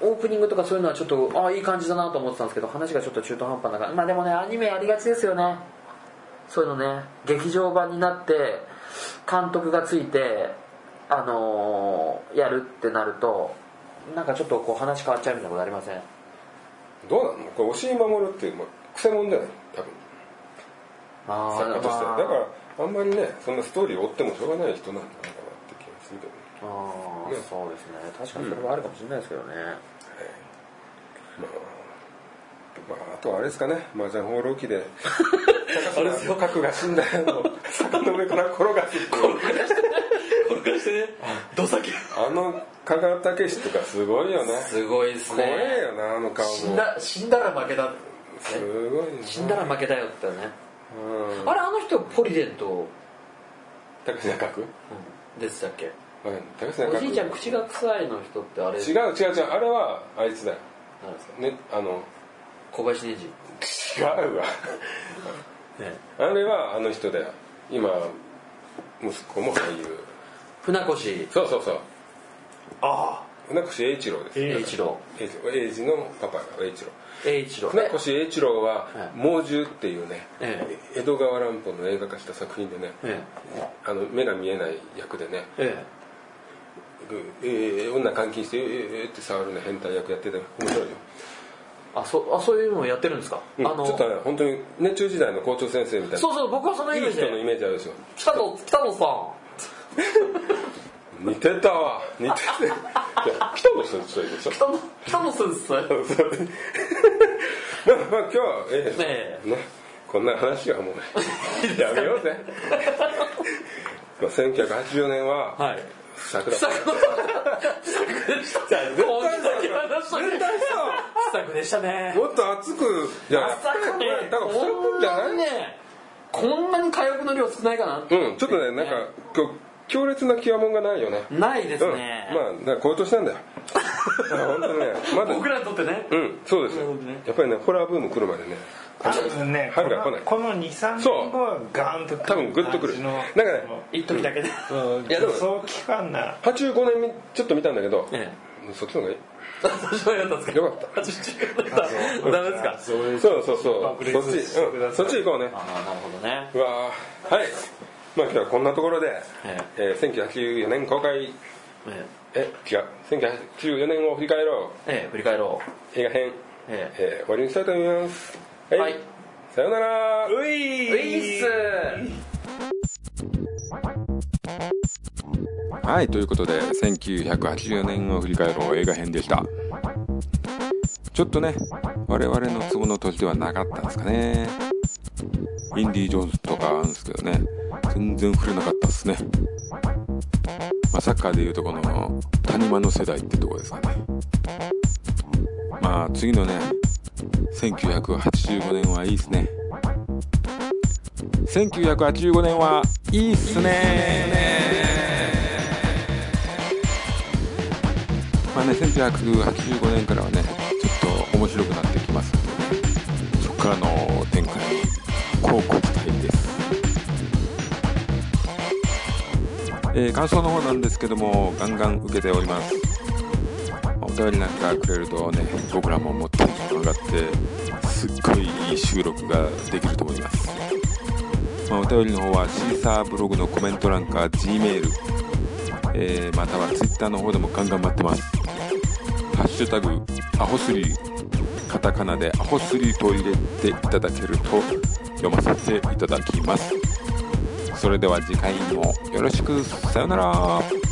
B: オープニングとかそういうのはちょっとああいい感じだなと思ってたんですけど話がちょっと中途半端な感じまあでもねアニメありがちですよねそういうのね劇場版になって監督がついてあのーやるってなるとなんかちょっとこう話変わっちゃうみたいなことありません
A: どうなのこれ押井守ってまあくせ者じゃない多分
B: あ
A: 作家としてはだからあんまりねそんなストーリーを追ってもしょうがない人なんじゃないかなって気がするけどね
B: あーそうですね確かにそれはあるかもしれないですけどね、
A: まあ、あとはあれですかね麻雀放浪記
B: [LAUGHS]
A: であれですよ核が死んだよ坂の上から転がすっていう
B: 転がしてねどさけ
A: あの加賀武史とかすごいよね
B: すごいです
A: 怖
B: ね
A: えよなあの顔も
B: 死んだ死んだら負けだ
A: すごいよな
B: 死んだら負けだよってね
A: うん
B: あれあの人ポリデント
A: 高瀬中角
B: でしたっけ
A: うん高瀬中
B: お
A: 角
B: じいちゃん口が臭いの人ってあれ
A: 違う違う違うあれはあいつだよ
B: なんですか
A: ねあの
B: 小林ねじ
A: 違うわあれはあの人だよ今息子も俳優
B: 船越
A: そうそうそう
D: あ
A: 船越英一郎です
B: 英一郎
A: 英一郎英二のパパが英一郎
B: 栄一郎
A: 船越英一郎は
B: え
A: 「猛獣」っていうね、
B: え
A: 江戸川乱歩の映画化した作品でね、
B: え
A: あの目が見えない役でね
B: ええ
A: ぐえー女監禁して「えーえーえーって触るね変態役やってて面白いよ、
B: えあそあそういうのをやってるんですか、
A: うん
B: あの
A: ちょっとね本当に熱中時代の校長先生みたい
B: そうそう僕はその
A: な
B: イメ
A: い
B: ー
A: い
B: ジ
A: 人のイ
B: で
A: メージあるでしょ
B: 北野北野さん
A: 似てたわ似てていや北野先生でしょ
B: 北野北野先生
A: まあまあ今日はええ
B: ね
A: ねこんな話はもうやめよう
B: [LAUGHS]
A: ぜまあ1984年は
B: えはい
A: 不作だった
B: 不作の不作でしたこんだけ話したけど不作でしたね
A: もっと熱くじゃ
B: ま
A: あ
B: さかね
A: だから不
B: こ
A: 作
B: ん
A: じゃな
B: ないにねこんなに火薬の量少ないかなって
A: うんちょっとねなんか今日強烈な極もんがないよね
B: ないです
A: うんま
B: ね、
A: あだからこういう年なんだ
B: [LAUGHS]
A: よだから本当にねまだ
B: 僕らにとってね
A: うんそうです
B: なる
A: よ
B: ほどね
A: やっぱりねホラーブーム来るまでね
D: あ多分ねこ
A: 春が来な
D: の
A: い
D: この23
A: そう
D: 年後はガーンと
A: 多分グッとくる
D: 感
A: なんか
D: じの
A: ね
B: 一時だけで、
D: うん
A: いやでも
D: そう期間な
A: 85年みちょっと見たんだけど
B: え
A: そっちの方がいい
B: え私はやったんですか
A: よかった
B: [LAUGHS] あちょちょちょダメですか
D: そういう
A: そうそうそうそっち、
D: くだ
A: うん、
D: さい
A: そっち行こうね
B: ああなるほどね
A: うわーはいまあ今日はこんなところで、
B: え
A: えー1994年公開
B: え
A: え違う1994年を振り返ろ
B: えええ振り返ろう
A: う映画編、
B: ええ
A: えー終わりにしたいと思いますはい、
B: はい
A: さようなら
D: うい
B: ウィース
E: はい、ということで、1984年を振り返ろう映画編でした。ちょっとね、我々の都合の年ではなかったんですかね。インディ・ージョーンズとかあるんですけどね、全然触れなかったですね。まあ、サッカーでいうとこの、谷間の世代ってとこですかね。まあ、次のね、1985年はいいっすね。1985年はいいっすねまあね1985年からはねちょっと面白くなってきますので、ね、そこからの展開に広告期待です、えー感想の方なんですけどもガンガン受けておりますお便りなんかくれるとね僕らももっと上がってすっごいいい収録ができると思いますまあ、お便りの方はシーサーブログのコメント欄か G メール、えーまたは Twitter の方でもガンガン待ってますハッシュタグアホスリーカタカナでアホスリーと入れていただけると読ませていただきますそれでは次回もよろしくさようなら